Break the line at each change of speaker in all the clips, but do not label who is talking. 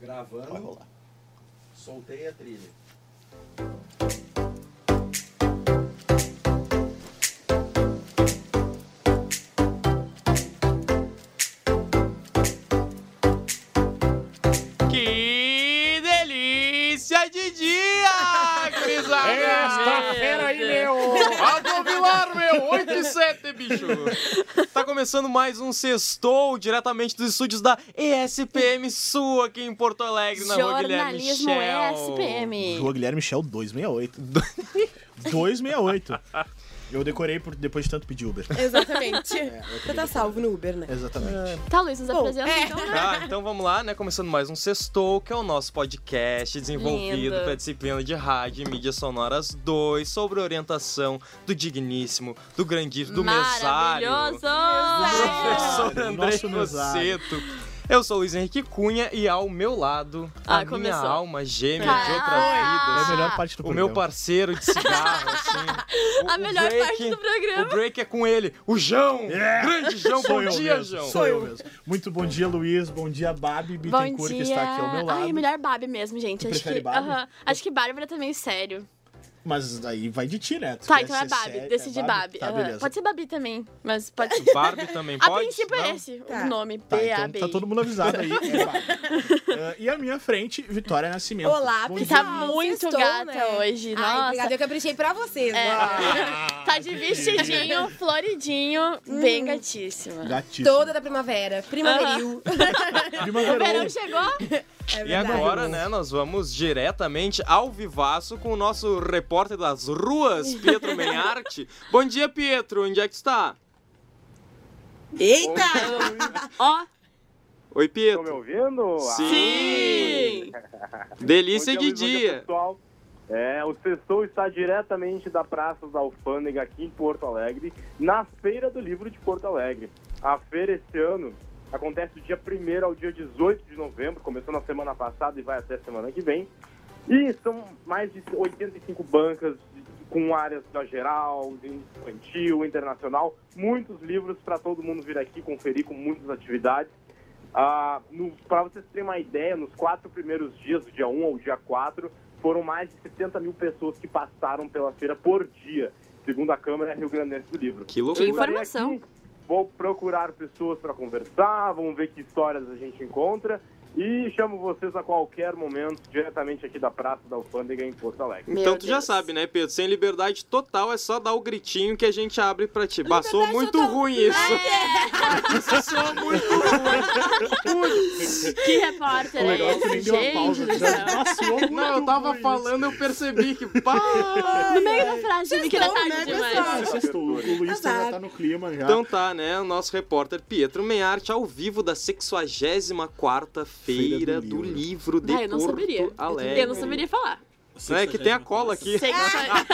Gravando.
Vai rolar.
Soltei a trilha.
Que delícia de dia, gurizada!
Esta-feira aí, meu!
Alto Vilar, meu! 8 e 7, bicho! Tá começando mais um Sextou, diretamente dos estúdios da ESPM Sul, aqui em Porto Alegre, na rua Guilherme
Jornalismo
Schell.
SPM.
Rua Guilherme Michel 268. 268. Eu decorei por, depois de tanto pedir Uber.
Exatamente.
É,
Você tá salvo no Uber, né?
Exatamente.
Tá, Luiz, nos apresenta
é.
então. né?
Tá, então vamos lá, né? Começando mais um Sextou, que é o nosso podcast desenvolvido
Lindo.
para disciplina de rádio e mídias sonoras 2, sobre orientação do digníssimo, do grandíssimo, do mesário.
Maravilhoso!
professor
Nosso mesário.
André Rosseto. Eu sou o Luiz Henrique Cunha e ao meu lado,
Ah,
a minha
começou.
alma gêmea de
Caraca.
outra
É a
vida.
melhor parte do
O
programa.
meu parceiro de cigarro, assim. O,
A
o
melhor
break-
parte do
O
programa.
break é com ele, o João!
É.
Grande João,
Sou
bom
eu
dia,
mesmo,
João!
Sou eu mesmo. Muito bom dia, Luiz. Bom dia, Babi Bittencourt, que está aqui ao meu lado.
Ai, é melhor Babi mesmo, gente.
Tu
Acho
prefere
que,
Babi?
aham. Acho que Bárbara tá meio sério.
Mas aí vai de ti, né? Tu
Tá,
quer
então é
ser
Babi.
sério-
Decidi
é
Babi.
Tá,
aham.
beleza.
Pode ser Babi também, mas pode ser.
É Barbie também
A
pode?
princípio é
Não?
esse
Tá.
o nome,
Tá,
B A
então
B.
tá todo mundo avisado aí. É Babi. Eh, e à minha frente, Vitória Nascimento.
Olá,
Bom
Que
dia.
tá
Não,
muito
sextou,
gata
né?
hoje,
Ai,
nossa.
obrigada, eu caprichei pra vocês.
É.
ó.
Tá de vestidinho, floridinho, bem Uhum. gatíssima.
Gatíssimo.
Toda da primavera. Primaveril.
O
Primaverou.
verão chegou?
É
E
verdade.
agora, né, nós vamos diretamente ao vivaço com o nosso repórter das ruas, Pietro Menharte. Bom dia, Pietro, onde é que tu tá?
Eita!
Ó,
Oi,
Estão me
Pietro.
ouvindo? Ah.
sim!
Delícia
Bom
é de
Luiz, bom
dia.
pessoal. É, o Sextou está diretamente da Praça da Alfândega aqui em Porto Alegre, na Feira do Livro de Porto Alegre. A feira esse ano acontece do dia 1 ao dia 18 de novembro, começou na semana passada e vai até semana que vem. E são mais de 85 bancas com áreas da geral, de infantil, internacional, muitos livros para todo mundo vir aqui conferir com muitas atividades. Ah, para vocês terem uma ideia, nos quatro primeiros dias, do dia 1 ao dia 4, foram mais de 70 mil pessoas que passaram pela feira por dia, segundo a Câmara Rio Grandense do Livro.
Que
Que
loucura.
Estarei
informação.
aqui, Vou procurar pessoas para conversar, vamos ver que histórias a gente encontra. E chamo vocês a qualquer momento, diretamente aqui da Praça da Alfândega, em Porto Alegre.
Meu
Então tu já
Deus.
sabe, né, Pedro? Sem liberdade total é só dar o gritinho que a gente abre pra ti. Passou
Liberdade
muito
total.
ruim isso.
É,
Passou muito ruim.
que repórter
O
é
legal é que nem
esse,
deu uma pausa.
gente? do
já
céu.
Passou muito
né? Não, eu tava
ruim isso.
falando, eu percebi que. Pá!
No meio da frase, eu vi que era
estão,
tarde
né,
demais.
pessoal?
Ah, sextou. O Luiz já tá no clima já.
Então tá, né? O nosso repórter Pietro Menharte ao vivo da 64ª Feira
Feira
do
do
Livro de
Ah, eu não
Porto
saberia.
Alegre.
Eu não saberia falar.
Não é que tem a cola aqui.
Sexua...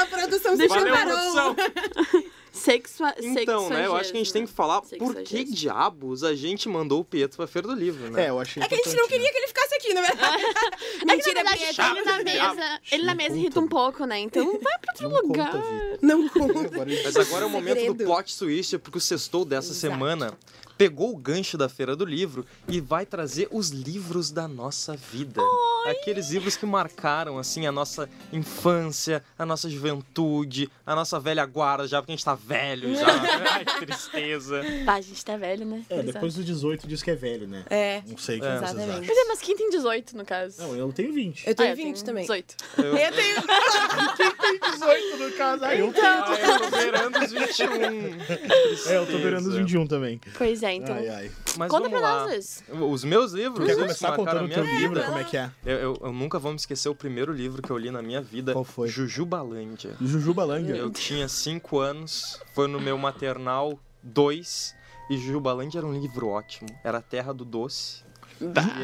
A produção se
Deixa eu
Valeu,
preparou.
produção.
Sexua...
Então, né? Eu acho que a gente tem que falar por que
Sexagésimo.
diabos a gente mandou o Pietro pra Feira do Livro,
É,
né?
eu achei
É que a gente não queria que ele ficasse aqui, na verdade.
É que, na
Mentira,
verdade,
Pietro.
ele na mesa, ele na mesa irrita um pouco, né? Então vai pra outro
não
lugar.
conta, Vi.
Não conta.
Agora ele-
Mas agora é o momento do
Segredo.
plot twist, porque o sextou dessa
Exato.
semana pegou o gancho da Feira do Livro e vai trazer os livros da nossa vida. Aqueles livros que marcaram, assim, a nossa infância, a nossa juventude, a nossa velha guarda, já porque a gente tá velho já. Ai, que tristeza.
Pá, a gente tá velho, né?
É, depois do 18 diz que é velho, né?
É.
Não sei o que
É.
vocês
Exatamente.
acham.
Quer dizer, mas quem tem 18, no caso?
Não, eu tenho 20.
Eu tenho
Ah,
20 também.
18.
Eu,
Eu tenho.
18 no caso. Ah, eu
tá.
tenho.
Ah, eu tô beirando os 21.
É, eu tô virando os 21 também.
Pois é, então.
Ai, ai.
Mas
Conta pra
vamos lá.
nós, Luiz.
Os meus livros? assim,
Quer
os que
começar contando
marcaram a
o
minha
teu livro?
vida?
Como é que é?
Eu, eu- eu nunca vou me esquecer o primeiro livro que eu li na minha vida.
Qual foi?
Jujubalândia.
Jujuba Langer.
Eu tinha 5 anos, foi no meu maternal 2, e Jujubalândia era um livro ótimo. Era a terra do doce.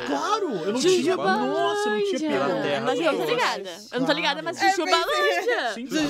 Claro, eu não tinha.
Jujuba.
Nossa, eu não tinha
pela
pegado.
terra
Mas
do
eu tô
doce.
ligada. Eu não tô ligada, mas
É,
Jujubalândia.
Sim, assim,
Jujubalândia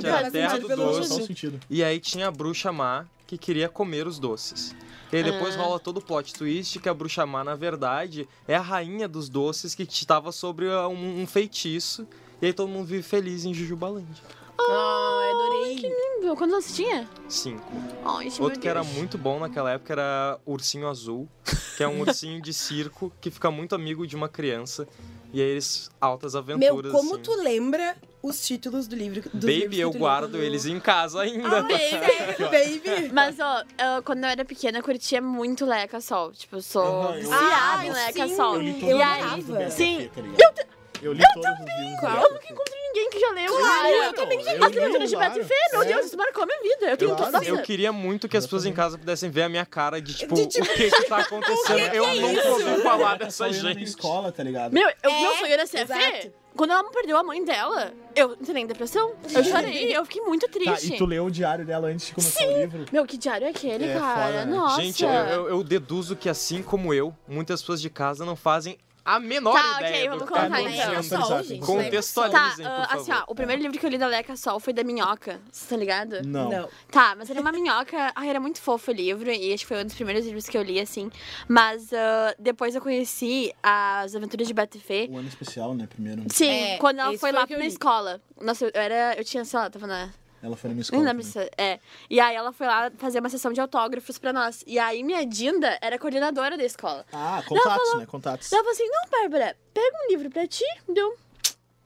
Jujubalândia.
era a é terra do
Faz
doce.
total sentido.
E aí tinha a bruxa má que queria comer os doces. E aí depois
Ah.
rola todo o plot twist que a bruxa má, na verdade, é a rainha dos doces que estava sobre ah, um, um feitiço. E aí todo mundo vive feliz em Jujubalândia.
Ai, adorei.
Incrível. Quantos anos você tinha?
Cinco.
Ai, gente,
Outro
meu
que era
Deus.
muito bom naquela época era Ursinho Azul, que é um ursinho de circo que fica muito amigo de uma criança. E aí eles altas aventuras.
Meu, como
assim.
tu lembra os títulos do livro? Dos livros
Baby,
que um
eu
tu
guardo
leu?
eles em casa ainda.
Ah, Sério, Baby?
Mas, ó, eu, quando eu era pequena, eu curtia muito Leca Sol. Tipo, eu sou
Aham, eu
viciada
amava.
em Leca
Sim,
Sol.
Eu li todos
e
eu
aí,
os livros do BFF,
sim.
tá ligado? Eu li todos os livros do
Qual?
BFF.
ninguém que já leu.
Claro,
Ai,
eu
também já li.
As leituras de
Claro.
Beto e Fê, meu
É.
Deus, isso marcou minha vida. Eu tenho
Claro.
todas
Eu queria muito que as pessoas em casa pudessem ver a minha cara de tipo,
De, tipo,
o que que tá acontecendo. eu
é
nunca ouvi falar dessa
Eu ia na
gente.
escola, tá ligado?
Meu, eu,
É,
meu sonho era ser a Fê.
exato.
Quando ela perdeu a mãe dela, eu entrei em depressão. Eu chorei, eu fiquei muito
Tá,
triste.
e tu leu o diário dela antes de começar o livro?
Meu, que diário é aquele,
É,
cara?
foda, né?
Nossa.
Gente, eu, eu- eu deduzo que assim como eu, muitas pessoas de casa não fazem a menor
Tá,
ideia
ok,
do
vamos
que tá
contar, então.
Leca
acontecendo.
Sol, gente.
Contextualizem,
Tá,
por
ah,
favor.
assim, ó, o primeiro livro que eu li da Leca Sol foi da Minhoca, vocês estão ligados?
Não.
Não.
Tá, mas era uma minhoca. Ai, era muito fofo o livro, e acho que foi um dos primeiros livros que eu li, assim. Mas ah, depois eu conheci as aventuras de Beto e Fê.
O ano especial, né? Primeiro.
Sim,
É,
quando ela
esse
foi
foi
lá
o que eu
pra minha
li.
escola. Nossa, eu era. Eu tinha, sei lá, tava na.
Ela foi na minha escola.
Nem lembro
também.
se. É. E aí ela foi lá fazer uma sessão de autógrafos pra nós. E aí minha Dinda era coordenadora da escola.
Ah,
Ela
contatos,
falou-
né? Contatos.
Ela falou assim: não, Bárbara, pega um livro pra ti. Deu.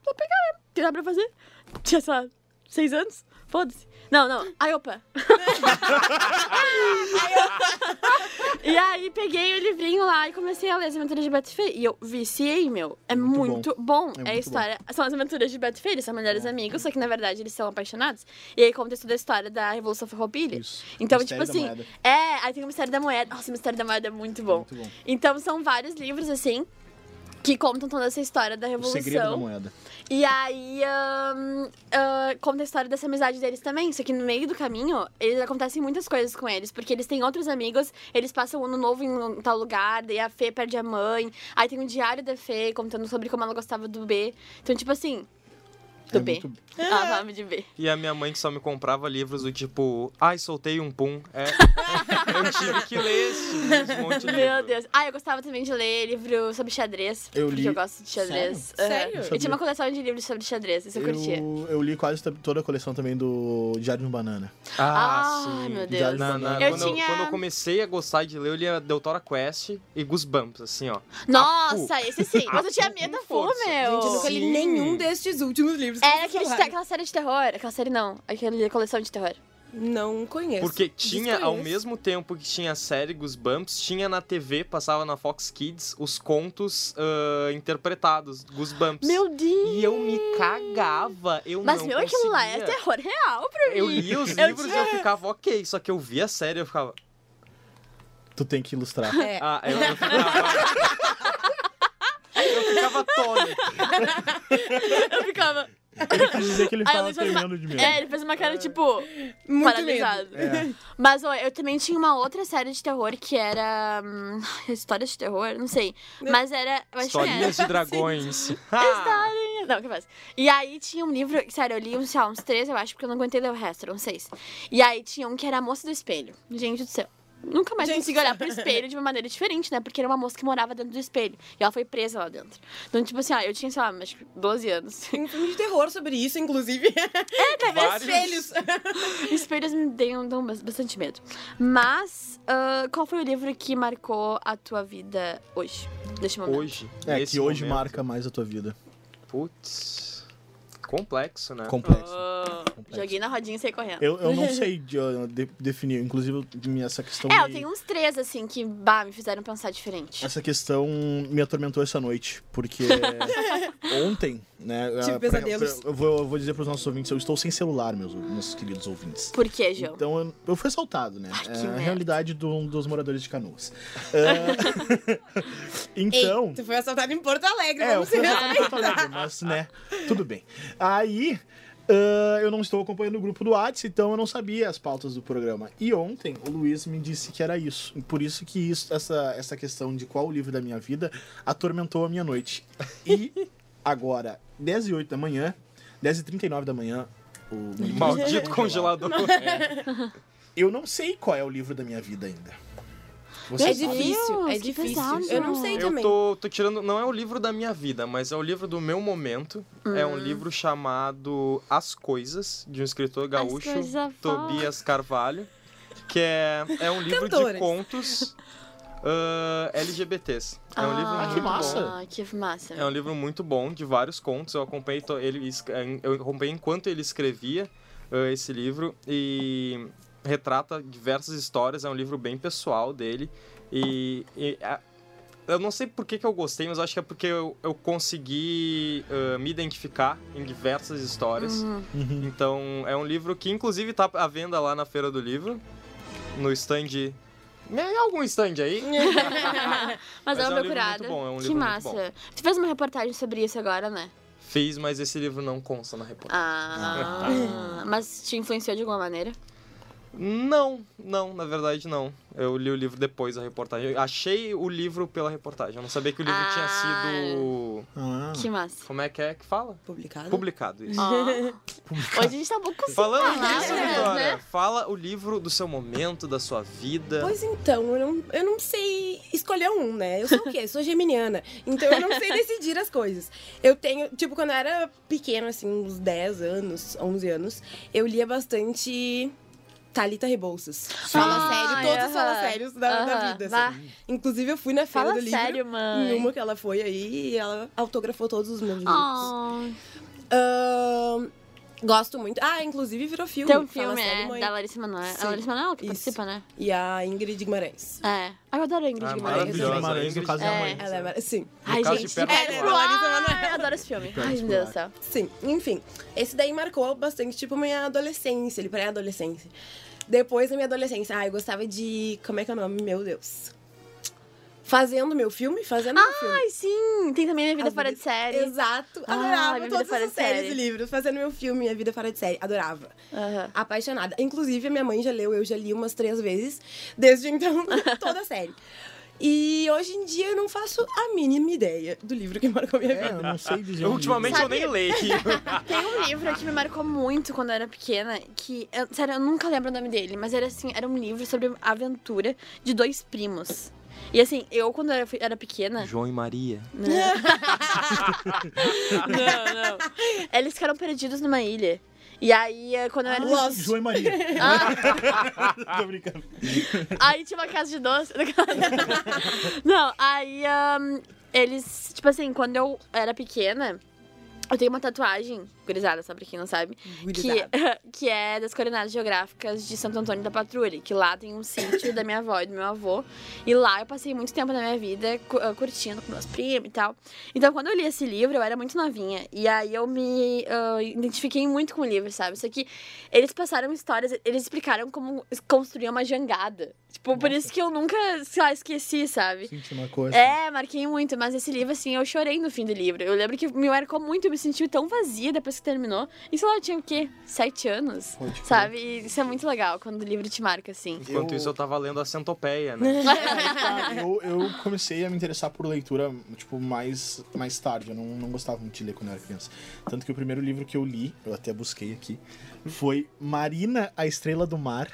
Vou pegar, né? Tem nada pra fazer. Tinha, sei lá, seis anos? Foda-se. Não, não. Aí, opa. E aí peguei o livrinho lá e comecei a ler as aventuras de Betty Fay. E eu viciei, meu. É
Muito
muito,
É
bom. É, a
muito É,
história. São as aventuras de Betty Fay, eles são melhores amigos, só que na verdade eles são apaixonados. E aí conta toda a história da Revolução Farroupilha.
Isso.
Então,
Mistério
tipo assim.
da Moeda.
É, aí tem o Mistério da Moeda. Nossa, o Mistério da Moeda é muito bom.
Muito bom.
Então são vários livros, assim. Que contam toda essa história da
O
Revolução.
segredo da moeda.
E aí, ahn, ah, conta a história dessa amizade deles também. Só que no meio do caminho, eles, acontecem muitas coisas com eles. Porque eles têm outros amigos, eles passam o ano novo em um tal lugar, daí a Fê perde a mãe. Aí tem um diário da Fê contando sobre como ela gostava do B. Então, tipo assim... Do
É
B.
muito-
Ela falava de B.
E a minha mãe que só me comprava livros do tipo, ai, soltei um pum. É, eu tive que ler esse monte de livro.
Meu Deus. Ah, eu gostava também de ler livro sobre xadrez.
Eu
porque
li-
eu gosto de xadrez. Aham.
Sério? Sério?
Eu tinha uma coleção de livros sobre xadrez, isso eu, curtia.
Eu, eu li quase to- toda a coleção também do Diário de um Banana.
Ah,
Ah,
sim.
meu
Já
Deus.
Na- na-
Eu
quando, eu-
tinha-
quando eu comecei a gostar de ler, eu lia Deltora Quest e Goosebumps, assim, ó.
Ah,
Nossa, esse sim. Mas eu tinha
Apu
medo da
com
Fu,
força.
Gente,
meu.
eu nunca li
Sim.
nenhum um destes últimos livros. que
Era Hum. É,
vocês
aquele de-
falaram.
aquela série de terror. Aquela série não. Aquela coleção de terror.
Não conheço.
Porque tinha, ao
Desconheço.
mesmo tempo que tinha a série Goosebumps, tinha na TV, passava na Fox Kids, os contos ah, interpretados, Goosebumps.
Meu Deus.
E eu me cagava, eu
Mas,
não
meu, aquilo lá é
conseguia.
terror real pra mim.
Eu lia os
Eu
livros e eu ficava ok, só que eu via a série e eu ficava...
Tu tem que ilustrar.
É.
Ah, eu, eu ficava... eu ficava tônico.
Eu ficava...
Ele quis dizer que ele
Aí
fala
eu falei,
tremendo de medo.
É, ele fez uma cara, tipo,
Ah. Muito
paralisado.
É.
Mas, ó, eu também tinha uma outra série de terror que era... hum, Histórias de terror, não sei. Mas é, era... Eu acho que era.
Historinhas de dragões.
História. Não, que faz. E aí tinha um livro, sério, eu li uns, sei lá, uns três, eu acho, porque eu não aguentei ler o resto, eram seis. E aí tinha um que era a moça do espelho. Gente do céu. Nunca mais
Gente
consegui
do
olhar
céu.
pro espelho de uma maneira diferente, né? Porque era uma moça que morava dentro do espelho. E ela foi presa lá dentro. Então, tipo assim, ó, eu tinha, sei lá, acho que 12 anos.
Tem um filme de terror sobre isso, inclusive.
Vários-
Espelhos.
Espelhos me dão, dão bas- bastante medo. Mas, ah, qual foi o livro que marcou a tua vida hoje? Deixa eu
Hoje.
É,
nesse
que hoje
momento.
marca mais a tua vida.
Putz. Complexo, né?
Complexo. complexo.
Ah, Joguei na rodinha e saí correndo.
Eu, eu não sei de- eu de- definir, inclusive minha- essa questão.
É, eu
me-
tenho uns três, assim, que, bah, me fizeram pensar diferente.
Essa questão me atormentou essa noite, porque ontem, né?
Tive
ah, pra-
pesadelos.
pra- eu, vou, eu vou dizer pros nossos ouvintes, eu estou sem celular, meus, meus queridos ouvintes.
Por quê, João?
Então eu, eu fui assaltado, né?
Ai, que
é a
merda.
realidade do- dos moradores de canoas. Ah, então.
Ei, tu foi assaltado em Porto Alegre,
É, eu
vamos
fui
ser
assaltado em Porto Alegre, mas, né, tudo bem. Aí, ah, eu não estou acompanhando o grupo do Whats, então eu não sabia as pautas do programa. E ontem, o Luiz me disse que era isso. E Por isso que isso, essa, essa questão de qual o livro da minha vida atormentou a minha noite. E agora, 10 e 8 da manhã, 10 e 39 da manhã, o
Maldito congelador.
é Eu não sei qual é o livro da minha vida ainda.
É
Meu
difícil,
Deus,
é
que
difícil.
pesado.
Eu não sei
Eu
também.
tô, tô tirando. Não é o livro da minha vida, mas é o livro do meu momento. É
Hum.
um livro chamado As Coisas, de um escritor gaúcho,
Coisas
Tobias Carvalho, que é, é um livro de
Cantores.
contos ah, LGBTs. É um livro
Ah,
muito
que massa.
bom.
Ah, que massa.
É um livro muito bom, de vários contos. Eu acompanhei, to- ele, es- é, eu acompanhei enquanto ele escrevia eh, esse livro e retrata diversas histórias. É um livro bem pessoal dele. E, e, ah, eu não sei por que, que eu gostei, mas eu acho que é porque eu, eu consegui ah, me identificar em diversas histórias.
Uhum.
Então, é um livro que, inclusive, tá à venda lá na Feira do Livro, no stand. né, Em algum stand aí.
É. Mas,
Mas
é
é um
uma
livro
procurada.
muito bom, é um
que
livro muito
massa. Tu fez uma reportagem sobre isso agora, né?
Fiz, mas esse livro não consta na reportagem.
Ah, mas te influenciou de alguma maneira?
Não, não, na verdade não. Eu li o livro depois da reportagem. Eu achei o livro pela reportagem. Eu não sabia que o livro
Ah.
tinha sido.
Ah.
Que massa.
Como é que é que fala?
Publicado? Ah.
Publicado isso.
Ó. Hoje a gente tá um pouco
Falando
falar,
disso,
né?
Vitória, fala o livro do seu momento, da sua vida.
Pois então, eu não, eu não sei escolher um, né? Eu sou o quê? Eu sou geminiana. Então eu não sei decidir as coisas. Eu tenho, tipo, quando eu era pequena, assim, uns 10 anos, 11 anos, eu lia bastante Thalita Rebouças. Fala
Ah,
sério, todos os
aham.
fala sérios da, da
Aham,
vida.
vá.
Assim. Inclusive, eu fui na feira
Fala
do livro.
sério, mãe.
Em uma que ela foi aí e ela autografou todos os meus livros.
Oh,
Ahn, gosto muito. Ah, inclusive virou filme.
tem um
Fala
filme,
sério,
é,
mãe.
da Larissa Manoela. É
Sim.
a Larissa Manoela que
Isso.
participa, né?
E a Ingrid Guimarães.
É. Ah, Eu adoro a Ingrid
Ah,
Guimarães.
maravilhosa.
Guimarães, no caso,
é a mãe.
Ela é mar... Sim.
Ai,
caso de
gente.
Perto
é,
do
pro
Ar. Larissa
ar.
Manoela.
Eu adoro esse filme.
Perto
Ai,
do
meu Deus
Ar.
do céu.
Sim, enfim. Esse daí marcou bastante, tipo, minha adolescência, ele pré-adolescência. Depois da minha adolescência, ah, eu gostava de. Como é que é o nome? Meu Deus. Fazendo meu filme? Fazendo meu filme.
Ai, sim. Tem também Minha Vida
As
Fora de
vidas-
Série.
Exato.
Ah,
Adorava
Minha Vida
todas
Fora
as
de
séries
Série.
e livros. Fazendo meu filme, Minha Vida Fora de Série. Adorava.
Aham.
Apaixonada. Inclusive, a minha mãe já leu, eu já li umas três vezes. Desde então, toda a série. E hoje em dia eu não faço a mínima ideia do livro que marcou minha
É,
vida.
eu não sei dizer.
Eu,
um
ultimamente
livro.
Sabe-
eu nem leio.
Tem um livro que me marcou muito quando eu era pequena, que, eu- sério, eu nunca lembro o nome dele, mas era assim, era um livro sobre a aventura de dois primos. E assim, eu quando eu fui- era pequena.
João e Maria.
Não, não. Eles ficaram perdidos numa ilha. E aí, eh, quando eu era. Ah,
Lost.
Ah, João e Maria. Tô brincando.
Aí tinha uma casa de doce. Não, aí ahn, eles. Tipo assim, quando eu era pequena, eu tenho uma tatuagem, gurizada, só pra quem não sabe. que,
Gurizada.
que é das coordenadas geográficas de Santo Antônio da Patrulha, que lá tem um sítio da minha avó e do meu avô. E lá eu passei muito tempo da minha vida cu- ah, curtindo com meus primos e tal. Então, quando eu li esse livro, eu era muito novinha. E aí eu me ah, identifiquei muito com o livro, sabe? Só que eles passaram histórias, eles explicaram como construir uma jangada. Tipo, por isso que eu nunca, sei lá, esqueci, sabe?
Senti uma coisa.
É, marquei muito, mas esse livro, assim, eu chorei no fim do livro. Eu lembro que me marcou muito, eu me senti tão vazia depois que terminou. E sei lá, eu tinha o quê? Sete anos?
Pode crer.
Sabe? E isso é muito legal quando o livro te marca, assim.
Enquanto
Eu-
isso, eu tava lendo a centopeia, né?
Ah, eu, eu comecei a me interessar por leitura, tipo, mais, mais tarde. Eu não, não gostava muito de ler quando eu era criança. Tanto que o primeiro livro que eu li, eu até busquei aqui, foi Marina, a Estrela do Mar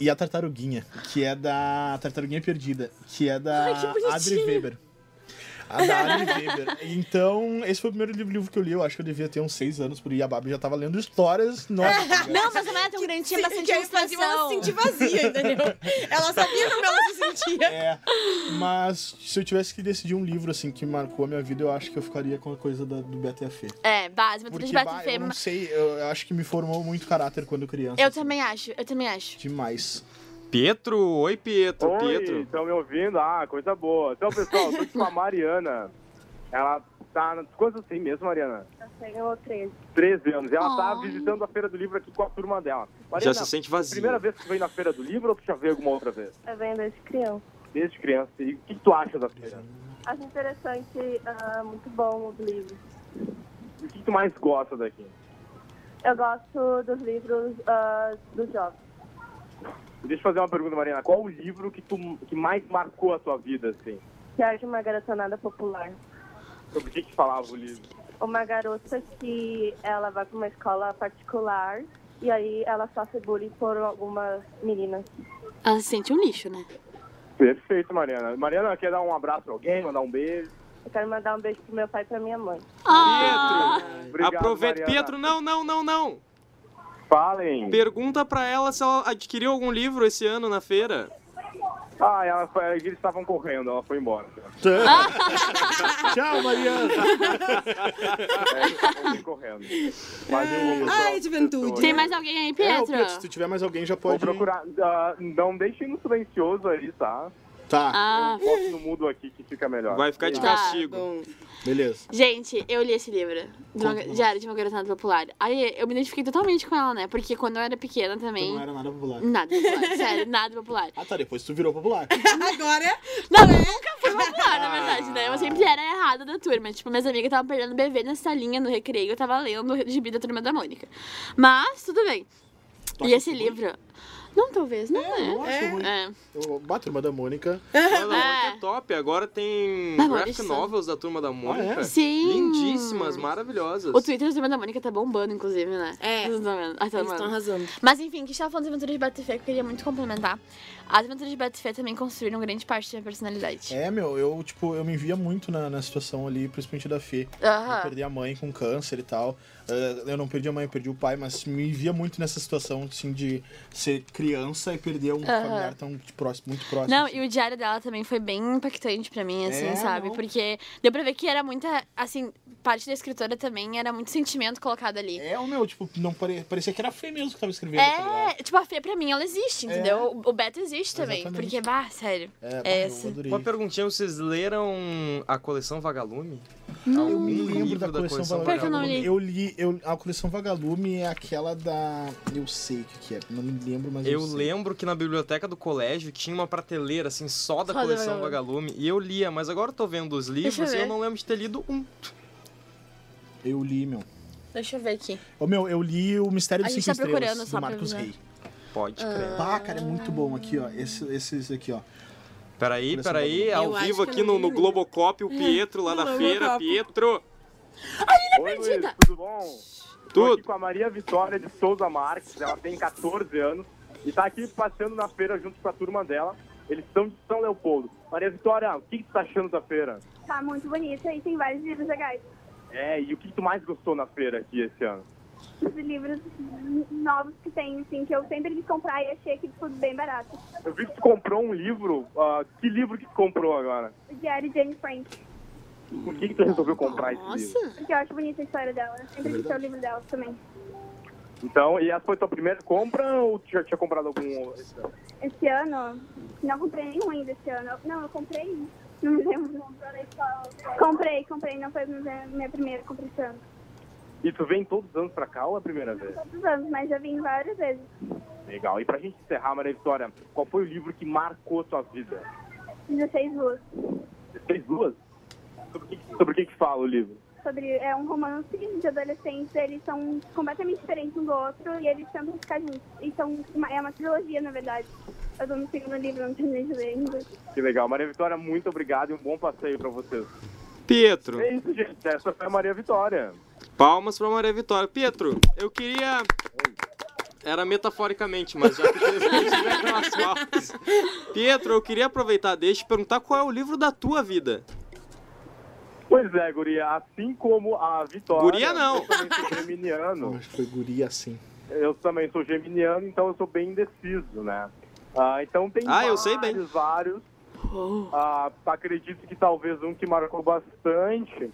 e a Tartaruguinha, que é da Tartaruguinha Perdida, que é da
Ai, que bonitinho.
Adri Weber. A da Adri Weber. Então, esse foi o primeiro livro, livro que eu li. Eu acho que eu devia ter uns seis anos por aí. A Babi já tava lendo histórias novas. tá ligado?
Não, mas não era tão grande, tinha bastante
que é aí fazia ela se
ilustração.
sentir vazia, entendeu? Ela sabia como ela se sentia.
É, mas se eu tivesse que decidir um livro, assim, que marcou a minha vida, eu acho que eu ficaria com a coisa da- do Beto e a Fê.
É, base, mas tudo
Porque,
de
bah,
Beto
eu não
Fema.
sei, eu eu acho que me formou muito caráter quando criança.
Eu
assim,
também acho, eu também acho.
Demais.
Pietro, oi Pietro,
Oi,
Pietro.
estão me ouvindo? Ah, coisa boa. Então, pessoal, eu tô com a Mariana. Ela tá... na- Quantos tem mesmo, Mariana?
Tá Tenho 13.
13 anos. Ela tá
Ai.
visitando a Feira do Livro aqui com a turma dela.
Já
Mariana,
se sente
é a
vazio.
primeira vez que tu vem na Feira do Livro ou tu já veio alguma outra vez?
Eu venho desde criança.
Desde criança. E o que tu acha da feira?
Acho interessante, ah, muito bom os livros.
O que tu mais gosta daqui?
Eu gosto dos livros ah, dos jovens.
Deixa eu fazer uma pergunta, Mariana. Qual o livro que tu que mais marcou a tua vida, assim?
Que é de uma garotonada popular.
Sobre o que, que falava o livro?
Uma garota que ela vai para uma escola particular e aí ela sofre bullying por algumas meninas.
Ah. Ela se sente um lixo, né?
Perfeito, Mariana. Mariana, quer dar um abraço pra alguém, mandar um beijo?
Eu quero mandar um beijo pro meu pai e pra minha mãe.
Ah.
Pietro!
Obrigado,
Aproveita.
Mariana.
Pietro, não, não, não, não.
Falem.
Pergunta pra ela se ela adquiriu algum livro esse ano na feira.
Ah, ela, foi- eles estavam correndo, ela foi embora.
Tchau, Mariana.
Ela foi correndo. Mas eu vou procurar
Ai, é
outras
juventude.
pessoas.
Tem mais alguém aí,
É, ô,
Pietro?
Pietro, se tu tiver mais alguém, já
Vou
pode.
procurar. ah, não deixem no silencioso aí, tá?
Tá,
Ah,
Bote no mudo aqui que fica melhor.
Vai ficar de
Tá.
castigo.
Bom,
beleza.
gente, eu li esse livro. De uma, Diário de uma garota popular. Aí eu me identifiquei totalmente com ela, né? Porque quando eu era pequena
Tu
também.
não era nada popular.
Nada popular, sério, nada popular.
Ah, tá. Depois tu virou popular.
agora,
Não, eu nunca fui popular, na verdade, né? Eu sempre era errada da turma. Tipo, minhas amigas estavam perdendo bebê na salinha, no recreio, eu tava lendo o gibi da turma da Mônica. Mas, tudo bem.
Tu
e
acha
esse
isso
livro? Não, talvez, não
ruim? Eu
é.
acho ruim.
É.
Eu bato turma da Mônica.
Turma da Mônica
É.
é top. Agora tem
Mas,
graphic
Maurício.
novels da Turma da Mônica.
Ah, é?
Sim.
Lindíssimas, maravilhosas.
O Twitter da turma da Mônica tá bombando, inclusive, né?
É.
Vocês estão vendo? Ah, tá
eles
bombando.
estão arrasando.
Mas enfim, que estava falando das aventuras de Batfé, que eu queria muito complementar. As aventuras de Batfé também construíram grande parte da minha personalidade.
É, meu, eu, tipo, eu me via muito na, na situação ali, principalmente da Fê. Eu
Aham.
perdi a mãe com câncer e tal. Eh, Eu não perdi a mãe, eu perdi o pai, mas me via muito nessa situação, assim, de ser criança e perder um familiar tão de próximo, muito próximo.
Não,
assim.
e o diário dela também foi bem impactante pra mim, assim,
É,
sabe?
não.
Porque deu pra ver que era muita, assim, parte da escritora também era muito sentimento colocado ali.
É o meu, tipo, não pare... parecia que era a Fê mesmo que tava escrevendo. tá ligado? É.
É, tipo, a Fê pra mim, ela existe, entendeu? O- O Beto existe também.
Exatamente.
Porque, bah, sério.
É, bah,
essa.
eu adorei.
Uma perguntinha, vocês leram a coleção Vagalume?
Eu me
Algum
lembro
livro
da coleção Vagalume.
Pior que eu não li.
Eu li, eu, a coleção Vagalume é aquela da... Eu sei o que que é, não me lembro, mas eu,
Eu
sei.
lembro que na biblioteca do colégio tinha uma prateleira, assim, só da
Só da
coleção Vagalume. E eu lia, mas agora eu tô vendo os livros
Deixa
e
eu
eu
ver.
não lembro de ter lido um.
Eu li, meu.
Deixa eu ver aqui.
Ô, meu, eu li o Mistério
A
dos
gente
Cinco
tá procurando
Estrelas,
só
do
pra
Marcos
avisar.
Rey.
Pode crer.
Pá, cara, é muito bom aqui, ó. Esse, esses aqui, ó.
Peraí,
Coleção
peraí,
Vagalume.
ao
Eu acho
vivo
que
aqui
eu não
no,
li
no
ainda.
Globocop, o Pietro lá
No
da feira.
Globocop.
Pietro!
é
Oi, Luiz,
perdida.
tudo bom? Tô
Tudo.
aqui com a Maria Vitória de Souza Marques, ela tem 14 anos e tá aqui passeando na feira junto com a turma dela. Eles são de São Leopoldo. Maria Vitória, o que, que tu tá achando da feira?
Tá muito bonita e tem vários livros legais.
É, e o que, que tu mais gostou na feira aqui esse ano?
Os livros novos que tem, assim, que eu sempre quis comprar e achei que tudo bem barato.
Eu vi que tu comprou um livro. ah, que livro que tu comprou agora?
O Diário de Anne Frank,
Por que, que tu resolveu comprar esse livro?
Nossa.
porque eu acho bonita a história dela. Eu sempre quis ter o livro dela também.
Então, e essa foi tua primeira compra ou tu já tinha comprado algum esse ano?
Esse ano, não comprei nenhum ainda esse ano. Não, eu comprei. um. Não me lembro. Comprei, comprei. Não foi a minha minha primeira compra esse ano.
E tu vem todos os anos pra cá ou é a primeira vez?
Todos os anos, mas já vim várias vezes.
Legal. E pra gente encerrar, Maria Vitória, qual foi o livro que marcou tua vida?
16 luas.
Você fez duas? Sobre o que, sobre o que, que fala o livro?
Sobre, é um romance de adolescentes, eles são completamente diferentes um do outro e eles tentam ficar juntos. E são, uma- é uma trilogia, na verdade. Eu tô no segundo livro, não terminei de ler ainda.
Que legal. Maria Vitória, muito obrigado e um bom passeio pra vocês.
Pietro!
É isso, gente. Essa foi a Maria Vitória.
Palmas pra Maria Vitória. Pietro, eu queria. Era metaforicamente, mas já que teve pelas palmas. Pietro, eu queria aproveitar, deixa e perguntar qual é o livro da tua vida.
Pois é, guria. Assim como a Vitória...
Guria não.
Eu também sou geminiano.
Acho que foi guria assim.
Eu também sou geminiano, então eu sou bem indeciso, né? Ah, então tem
Ah,
vários,
eu sei bem.
vários. Ah, acredito que talvez um que marcou bastante.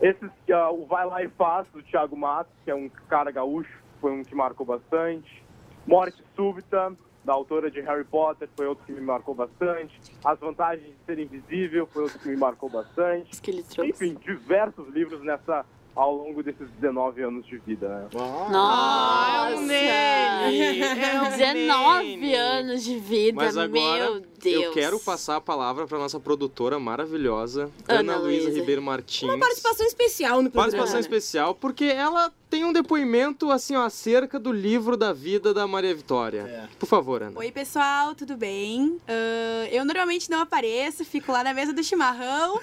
Esses, ah, o Vai Lá e Faz, do Thiago Matos, que é um cara gaúcho, foi um que marcou bastante. Morte Súbita, da autora de Harry Potter, foi outro que me marcou bastante. As Vantagens de Ser Invisível, foi outro que me marcou bastante.
Isso que ele trouxe.
Enfim, diversos livros nessa ao longo desses 19 anos de vida, né?
Ah, é
Nossa! 19 anos de vida,
Mas agora
meu Deus.
Eu quero passar a palavra pra nossa produtora maravilhosa, Ana,
Ana
Luísa
Luísa.
Ribeiro Martins.
Participação especial no programa.
Participação especial, porque ela tem um depoimento, assim, ó, acerca do livro da vida da Maria Vitória.
É.
Por favor, Ana.
Oi, pessoal, tudo bem? Ah, eu normalmente não apareço, fico lá na mesa do chimarrão,